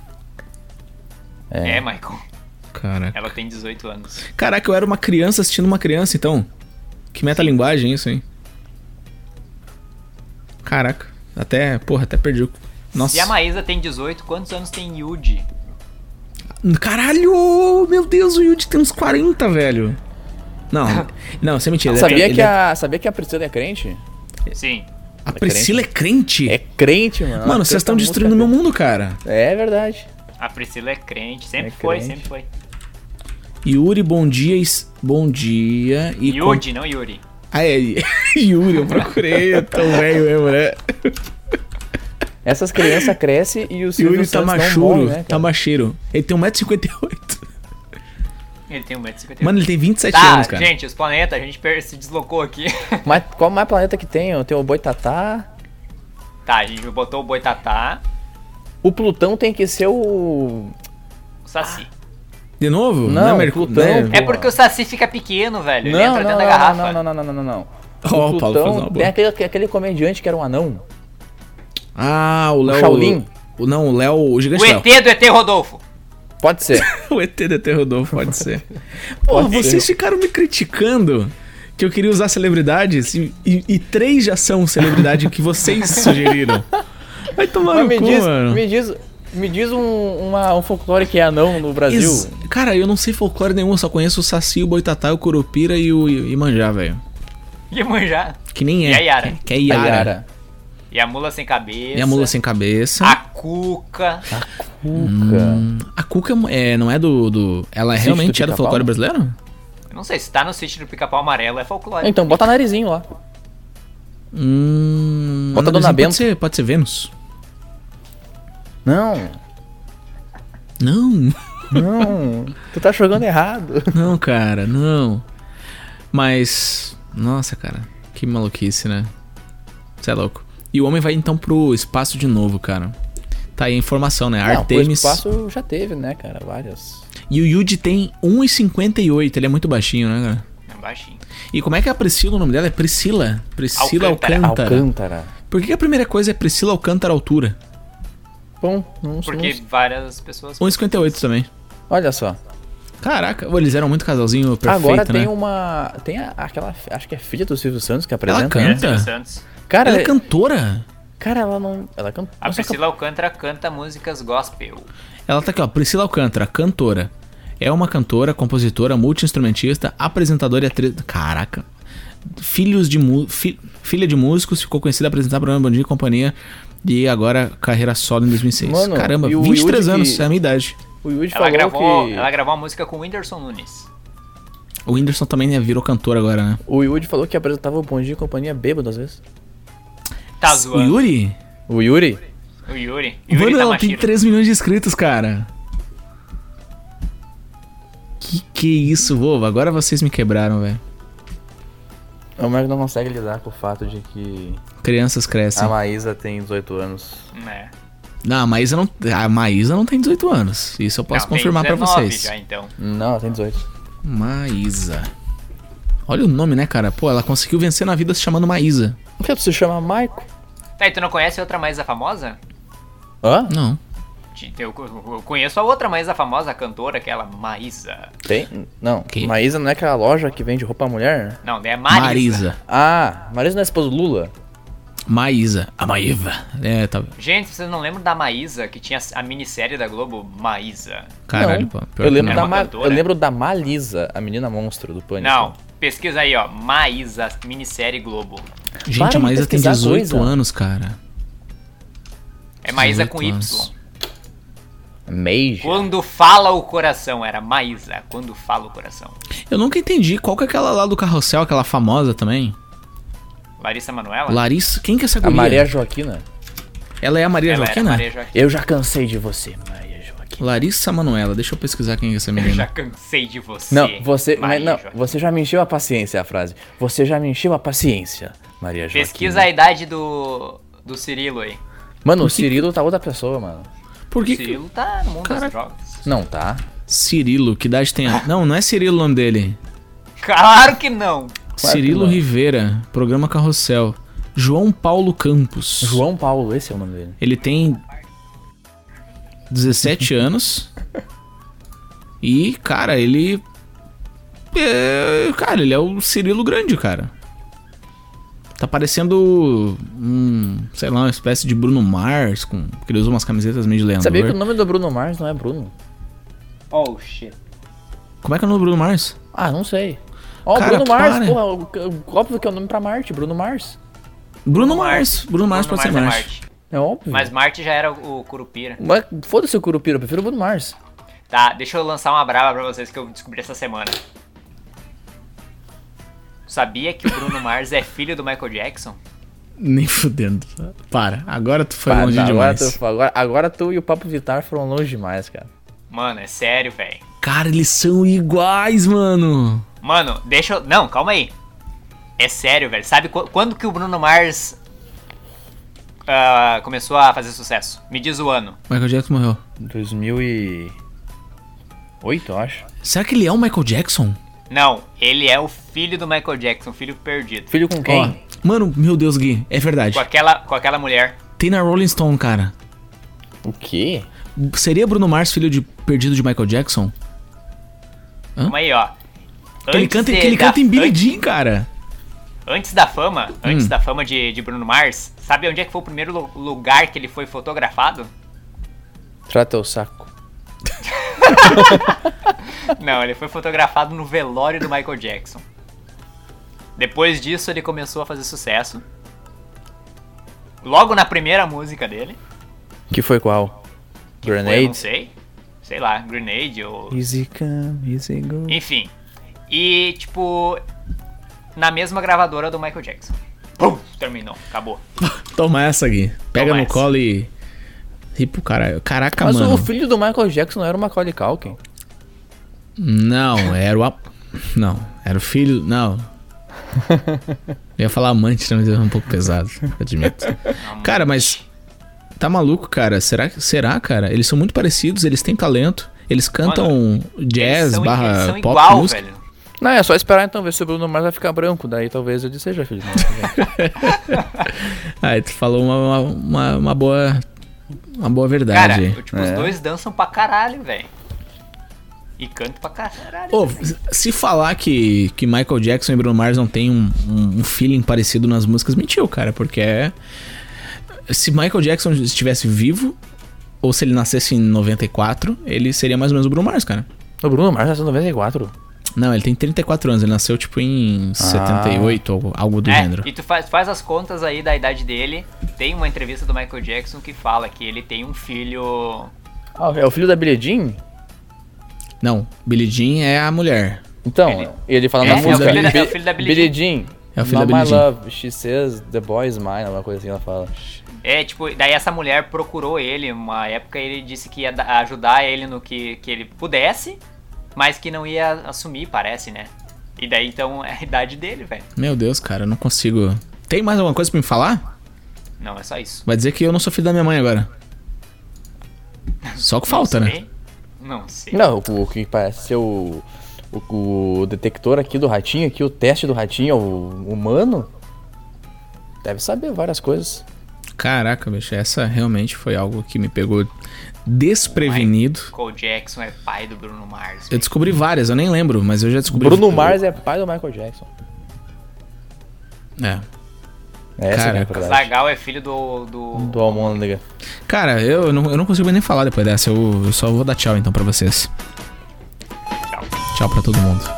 Speaker 2: É, Michael.
Speaker 1: Caraca.
Speaker 2: Ela tem 18 anos.
Speaker 1: Caraca, eu era uma criança assistindo uma criança, então. Que metalinguagem isso, hein? Caraca. Até, porra, até perdi o. Nossa.
Speaker 2: Se a Maísa tem 18, quantos anos tem Yuji?
Speaker 1: Caralho! Meu Deus, o Yuji tem uns 40, velho. Não, não, sem mentira. ele é-
Speaker 4: Sabia
Speaker 1: ele
Speaker 4: que,
Speaker 1: é-
Speaker 4: a, sabia que a Priscila é crente?
Speaker 2: Sim.
Speaker 1: A Priscila é crente?
Speaker 4: É crente, mano. Ela tá
Speaker 1: Mano, vocês
Speaker 4: canta
Speaker 1: estão
Speaker 4: música
Speaker 1: destruindo meu
Speaker 4: crente.
Speaker 1: mundo, cara.
Speaker 4: É verdade.
Speaker 2: A Priscila é crente, sempre
Speaker 4: É
Speaker 2: foi,
Speaker 4: crente.
Speaker 2: sempre foi.
Speaker 1: Yuri, bom dia. es- Bom dia. E con-
Speaker 2: Yuji, não Yuri.
Speaker 1: Ah, é. Yuri, eu procurei. Eu tô velho mesmo, né?
Speaker 4: Essas crianças crescem e o Silvio
Speaker 1: Yuri tá
Speaker 4: Santos não morre,
Speaker 1: Tamachuro.
Speaker 4: né, cara?
Speaker 1: Tamachiro. Ele tem 1,58m.
Speaker 2: Ele tem 1,58m.
Speaker 1: Mano, ele tem 27
Speaker 2: tá,
Speaker 1: anos, cara.
Speaker 2: gente, os planetas, a gente per- se deslocou aqui.
Speaker 4: Mas qual mais planeta que tem? Tem o Boitatá.
Speaker 2: tá, a gente botou o Boitatá,
Speaker 4: O Plutão tem que ser o...
Speaker 2: o Saci.
Speaker 1: De novo?
Speaker 4: Não,
Speaker 1: Merc-
Speaker 4: Plutão,
Speaker 2: é
Speaker 1: né?
Speaker 4: porra.
Speaker 2: porque o Saci fica pequeno, velho. Ele
Speaker 4: Ah, Não,
Speaker 2: entra
Speaker 4: não,
Speaker 2: dentro da
Speaker 4: não, não,
Speaker 2: garrafa.
Speaker 4: não, não, não, não, não, não.
Speaker 1: Ó,
Speaker 4: é o
Speaker 1: é o Paulo fez uma
Speaker 4: Plutão
Speaker 1: boa.
Speaker 4: tem aquele, aquele comediante que era um anão.
Speaker 1: Ah, o Léo.
Speaker 4: Shaolin.
Speaker 1: O, não, o Léo. O gigante
Speaker 2: O
Speaker 1: Léo.
Speaker 2: ET do ET Rodolfo.
Speaker 4: Pode ser.
Speaker 1: O ET do ET Rodolfo, pode ser. Porra,
Speaker 4: Pode ser.
Speaker 1: vocês ficaram me criticando que eu queria usar celebridades e, e- e três já são celebridade que vocês sugeriram. Vai tomar
Speaker 4: Mas
Speaker 1: Tá no
Speaker 4: me
Speaker 1: cu,
Speaker 4: diz,
Speaker 1: mano.
Speaker 4: me diz, me diz um, uma- um folclore que é anão no Brasil.
Speaker 1: Ex- Cara, eu não sei folclore nenhum, eu só conheço o Saci, o Boitatá, o Curupira e o I- Imanjá, velho.
Speaker 2: E manjar.
Speaker 1: Que nem é.
Speaker 2: E a Yara?
Speaker 1: Que é Yara.
Speaker 4: A Yara.
Speaker 2: E a mula sem cabeça.
Speaker 1: E a mula sem cabeça.
Speaker 2: A cuca.
Speaker 4: Cuca.
Speaker 1: A Cuca é, não é do. do- ela
Speaker 4: Sítio
Speaker 1: realmente
Speaker 4: do
Speaker 1: é do
Speaker 4: Pica-Pau?
Speaker 1: folclore brasileiro?
Speaker 2: Eu Não sei, se tá no sítio do pica-pau amarelo é folclore.
Speaker 4: Então, bota narizinho lá.
Speaker 1: Hum.
Speaker 4: Bota a Dona
Speaker 1: Ana Bela,
Speaker 4: Benta.
Speaker 1: Pode ser, pode ser Vênus?
Speaker 4: Não,
Speaker 1: Não.
Speaker 4: não. tu tá jogando errado.
Speaker 1: Não, cara, não. Mas. Nossa, cara. Que maluquice, né? Você é louco. E o homem vai então pro espaço de novo, cara. Tá aí a informação, né?
Speaker 4: Não, pois
Speaker 1: Artemis.
Speaker 4: espaço já teve, né, cara? Várias.
Speaker 1: E o Yuji tem 1,58. Ele é muito baixinho, né, cara?
Speaker 2: É baixinho.
Speaker 1: E como é que é a Priscila? O nome dela é Priscila. Priscila
Speaker 2: Alcântara.
Speaker 1: Alcântara.
Speaker 4: Alcântara.
Speaker 1: Por que que a primeira coisa é Priscila Alcântara altura?
Speaker 4: Bom, não
Speaker 2: Porque
Speaker 4: não-
Speaker 2: várias pessoas.
Speaker 1: 1,58 também.
Speaker 4: Olha só.
Speaker 1: Caraca, eles eram muito casalzinho perfeito,
Speaker 4: Agora tem um
Speaker 1: né?
Speaker 4: uma. Tem a- aquela. Acho que é filha do Silvio Santos que apresenta.
Speaker 1: Ela
Speaker 4: né?
Speaker 1: canta?
Speaker 2: Santos.
Speaker 4: Cara,
Speaker 1: Ela é cantora?
Speaker 4: cara, ela não. Ela canta.
Speaker 2: A Priscila Alcântara canta músicas gospel.
Speaker 1: Ela tá aqui, ó. Priscila Alcântara, cantora. É uma cantora, compositora, multi-instrumentista, apresentadora e atriz. Caraca. Filhos de mu... fi- Filha de músicos, ficou conhecida apresentar programa Bom Dia e Companhia. E agora carreira solo em 2006.
Speaker 4: Mano,
Speaker 1: Caramba,
Speaker 4: e o
Speaker 1: 23
Speaker 4: Yudi
Speaker 1: anos,
Speaker 4: que-
Speaker 1: é a minha idade.
Speaker 4: O Yuji
Speaker 2: Ela
Speaker 4: falou
Speaker 2: gravou,
Speaker 4: que.
Speaker 2: ela gravou uma música com o Whindersson Nunes.
Speaker 1: O Whindersson também né, virou cantor agora, né?
Speaker 4: O Yuri falou que apresentava o Bom Dia e Companhia bêbado às vezes.
Speaker 2: Tá
Speaker 1: O
Speaker 2: zoando.
Speaker 1: Yuri?
Speaker 4: O Yuri?
Speaker 2: O Yuri. Yuri tá
Speaker 1: Mano, ela tem
Speaker 2: Tamashiro.
Speaker 1: 3 milhões de inscritos, cara. Que que isso, vovô? Agora vocês me quebraram, velho.
Speaker 4: O Marco não consegue lidar com o fato de que
Speaker 1: Crianças crescem.
Speaker 4: a Maísa tem 18 anos.
Speaker 2: É.
Speaker 1: Não, a Maísa não, a Maísa não tem 18 anos. Isso eu posso
Speaker 2: Não, tem
Speaker 1: confirmar pra
Speaker 2: 19
Speaker 1: vocês.
Speaker 2: Já, então.
Speaker 4: Não, ela tem 18.
Speaker 1: Maísa. Olha o nome, né, cara? Pô, ela conseguiu vencer na vida se chamando Maísa.
Speaker 4: Por que tu se chama Maico?
Speaker 2: Tá, e tu não conhece outra Maísa famosa?
Speaker 4: Hã?
Speaker 1: Não.
Speaker 2: Te- Eu eu conheço a outra Maísa famosa, a cantora, aquela Maísa.
Speaker 4: Tem? Não.
Speaker 1: Que?
Speaker 4: Maísa não é aquela loja que vende roupa mulher?
Speaker 2: Não, daí é Marisa.
Speaker 1: Marisa.
Speaker 4: Ah, Marisa não é esposa do Lula?
Speaker 1: Maísa. A Maíva. É, tá.
Speaker 2: Gente, vocês não lembram da Maísa, que tinha a minissérie da Globo, Maísa?
Speaker 1: Caralho,
Speaker 4: não.
Speaker 1: pô. Pior
Speaker 4: Eu
Speaker 1: que
Speaker 4: lembro,
Speaker 1: não.
Speaker 4: da
Speaker 2: É uma
Speaker 4: Ma...
Speaker 2: cantora.
Speaker 4: eu lembro da Malisa, a menina monstro do Pânico.
Speaker 2: Não, pesquisa aí, ó. Maísa, minissérie Globo.
Speaker 1: Gente,
Speaker 4: tá Para
Speaker 1: a
Speaker 4: de
Speaker 1: Maísa tem
Speaker 4: pesquisar
Speaker 1: 18
Speaker 4: coisa.
Speaker 1: anos, cara.
Speaker 2: É Maísa
Speaker 1: 18
Speaker 2: com Y.
Speaker 1: anos.
Speaker 4: Mage.
Speaker 2: Quando fala o coração, era Maísa. Quando fala o coração.
Speaker 1: Eu nunca entendi qual que é aquela lá do carrossel, aquela famosa também.
Speaker 2: Larissa Manoela?
Speaker 1: Larissa, quem que é essa
Speaker 4: A
Speaker 1: guria?
Speaker 4: Maria Joaquina.
Speaker 1: Ela é a Maria
Speaker 2: Ela era
Speaker 1: Joaquina?
Speaker 2: Maria Joaquina.
Speaker 4: Eu já cansei de você, Maria Joaquina.
Speaker 1: Larissa Manuela, deixa eu pesquisar quem é essa
Speaker 2: Eu já
Speaker 1: menina.
Speaker 2: cansei de você.
Speaker 4: Não, você, mas
Speaker 2: Maria
Speaker 4: não,
Speaker 2: Joaquina.
Speaker 4: você já me encheu a paciência, é a frase. Você já me encheu a paciência, Maria Joaquina.
Speaker 2: Pesquisa a idade do, do Cirilo aí.
Speaker 4: Mano, o Cirilo tá outra pessoa, mano.
Speaker 1: Por que, que
Speaker 2: Cirilo tá no mundo
Speaker 1: Cara-
Speaker 2: das drogas.
Speaker 4: Não tá.
Speaker 1: Cirilo, que idade tem? a- Não, não é Cirilo o nome dele.
Speaker 2: Claro que não.
Speaker 4: é
Speaker 1: Cirilo
Speaker 4: não.
Speaker 1: Rivera, programa Carrossel. João Paulo Campos.
Speaker 4: João Paulo, esse é o nome dele.
Speaker 1: Ele tem 17 anos. E, cara, ele. É, cara, ele é o Cirilo Grande, cara. Tá parecendo um, sei lá, uma espécie de Bruno Mars, com, porque ele usa umas camisetas meio de leandro.
Speaker 4: Sabia que o nome do Bruno Mars não é Bruno?
Speaker 2: Oh, shit.
Speaker 1: Como é que é o nome do Bruno Mars?
Speaker 4: Ah, não sei. Ó,
Speaker 1: Cara,
Speaker 4: Bruno Mars,
Speaker 1: para.
Speaker 4: porra, o- o- óbvio que é o nome pra Marte, Bruno Mars.
Speaker 1: Bruno Mars. Bruno Mars pode ser Mars.
Speaker 4: É óbvio.
Speaker 2: Mas Marte já era o o Curupira.
Speaker 4: Mas foda-se o Curupira, eu prefiro o Bruno Mars.
Speaker 2: Tá, deixa eu lançar uma brava pra vocês que eu descobri essa semana. Sabia que o Bruno Mars é filho do Michael Jackson?
Speaker 1: Nem fudendo. Para. Agora tu foi
Speaker 4: Pá,
Speaker 1: longe
Speaker 4: tá, agora,
Speaker 1: demais.
Speaker 4: tu, agora, agora tu e o Papo Vittar foram longe demais, cara.
Speaker 2: Mano, é sério, velho.
Speaker 1: Cara, eles são iguais, mano.
Speaker 2: Mano, deixa eu. Não, calma aí. É sério, velho. Sabe qu- quando que o Bruno Mars ah, começou a fazer sucesso? Me diz o ano.
Speaker 1: Michael Jackson morreu.
Speaker 4: 2008, eu acho.
Speaker 1: Será que ele é o Michael Jackson?
Speaker 2: Não, ele é o filho do Michael Jackson, filho perdido.
Speaker 4: Filho com
Speaker 1: Ó.
Speaker 4: quem?
Speaker 1: Mano, meu Deus, Gui. É verdade.
Speaker 2: Com aquela, com aquela mulher.
Speaker 1: Tem na Rolling Stone, cara.
Speaker 4: O quê?
Speaker 1: Seria Bruno Mars filho de perdido de Michael Jackson?
Speaker 2: Calma aí, ó.
Speaker 1: Que ele
Speaker 2: Antes
Speaker 1: canta,
Speaker 2: de-
Speaker 1: que ele
Speaker 2: da-
Speaker 1: canta em Billy
Speaker 2: antes-
Speaker 1: Jean, cara.
Speaker 2: Antes da fama,
Speaker 1: Hum.
Speaker 2: antes da fama de, de Bruno Mars, sabe onde é que foi o primeiro lu- lugar que ele foi fotografado?
Speaker 4: Trata o saco.
Speaker 2: Não, ele foi fotografado no velório do Michael Jackson. Depois disso, ele começou a fazer sucesso. Logo na primeira música dele,
Speaker 4: Que foi qual?
Speaker 2: foi, eu não
Speaker 4: Grenade?
Speaker 2: sei, sei lá, Grenade ou
Speaker 1: Hum.
Speaker 4: Easy come, easy go.
Speaker 2: Enfim. E, tipo, na mesma gravadora do Michael Jackson. Pum, terminou, acabou.
Speaker 1: Toma essa, Gui. Pega
Speaker 2: Toma
Speaker 1: no
Speaker 2: essa.
Speaker 1: colo e. Ri pro caralho. Caraca,
Speaker 4: Mas
Speaker 1: mano.
Speaker 4: o filho do Michael Jackson não era o Macaulay Culkin?
Speaker 1: Não, era o. ap- Não, era o filho. Não. Eu ia falar amante, né, mas é um pouco pesado, eu admito. Cara, mas. Tá maluco, cara? Será, que- será, cara? Eles são muito parecidos, eles têm talento. Eles cantam jazz
Speaker 2: Eles são-
Speaker 1: barra
Speaker 2: eles são
Speaker 1: pop
Speaker 2: igual,
Speaker 1: música.
Speaker 2: velho.
Speaker 4: Não, é só esperar então ver se o Bruno Mars vai ficar branco. Daí talvez ele seja filho do Michael Jackson.
Speaker 1: Aí Ah, tu falou uma, uma, uma- uma boa. Uma boa
Speaker 2: Cara,
Speaker 1: verdade.
Speaker 2: tipo, os
Speaker 4: É.
Speaker 2: dois dançam pra caralho, velho. E cantam pra caralho.
Speaker 1: Ô, se falar que, que Michael Jackson e Bruno Mars não tem um, um- um feeling parecido nas músicas, mentiu, cara, porque é. Se Michael Jackson estivesse vivo, ou se ele nascesse em 94, ele seria mais ou menos o Bruno Mars, cara.
Speaker 4: O Bruno Mars nasceu em 94.
Speaker 1: Não, ele tem 34 anos, ele nasceu tipo em 78 ou algo do gênero.
Speaker 2: É, e tu faz, faz as contas aí da idade dele. Tem uma entrevista do Michael Jackson que fala que ele tem um filho.
Speaker 4: Ah, é o filho da Billie Jean?
Speaker 1: Não, Billie Jean é a mulher.
Speaker 4: Então,
Speaker 2: Ele-
Speaker 4: ele, fala
Speaker 2: É,
Speaker 4: na
Speaker 1: é o
Speaker 4: música.
Speaker 1: filho
Speaker 2: da- é o filho da Billie
Speaker 4: Jean.
Speaker 1: É o filho
Speaker 4: Not
Speaker 1: da Billie Jean.
Speaker 4: My love, she says the boy is mine, alguma coisa assim ela fala.
Speaker 2: É, tipo, daí essa mulher procurou ele. Uma época ele disse que ia da- ajudar ele no que, que ele pudesse, mas que não ia assumir, parece, né? E daí então é a idade dele, velho.
Speaker 1: Meu Deus, cara, eu não consigo. Tem mais alguma coisa pra me falar?
Speaker 2: Não, é só isso.
Speaker 1: Vai dizer que eu não sou filho da minha mãe agora. Só que falta, né?
Speaker 2: Sei? Não sei.
Speaker 4: Não, o, o que parece ser o, o, o detector aqui do ratinho, aqui, o teste do ratinho, o humano, deve saber várias coisas.
Speaker 1: Caraca, bicho, essa realmente foi algo que me pegou desprevenido.
Speaker 2: Michael Jackson é pai do Bruno Mars.
Speaker 1: Eu descobri várias, eu nem lembro, mas eu já descobri.
Speaker 4: Bruno Mars é pai do Michael Jackson.
Speaker 1: É.
Speaker 4: É, Essa que é a
Speaker 1: Caraca.
Speaker 4: verdade.
Speaker 2: Zagal é filho do. do...
Speaker 4: Do né? Almôndega.
Speaker 1: Cara, eu não, eu não consigo nem falar depois dessa. Eu, eu só vou dar tchau então pra vocês.
Speaker 2: Tchau.
Speaker 1: Tchau pra todo mundo.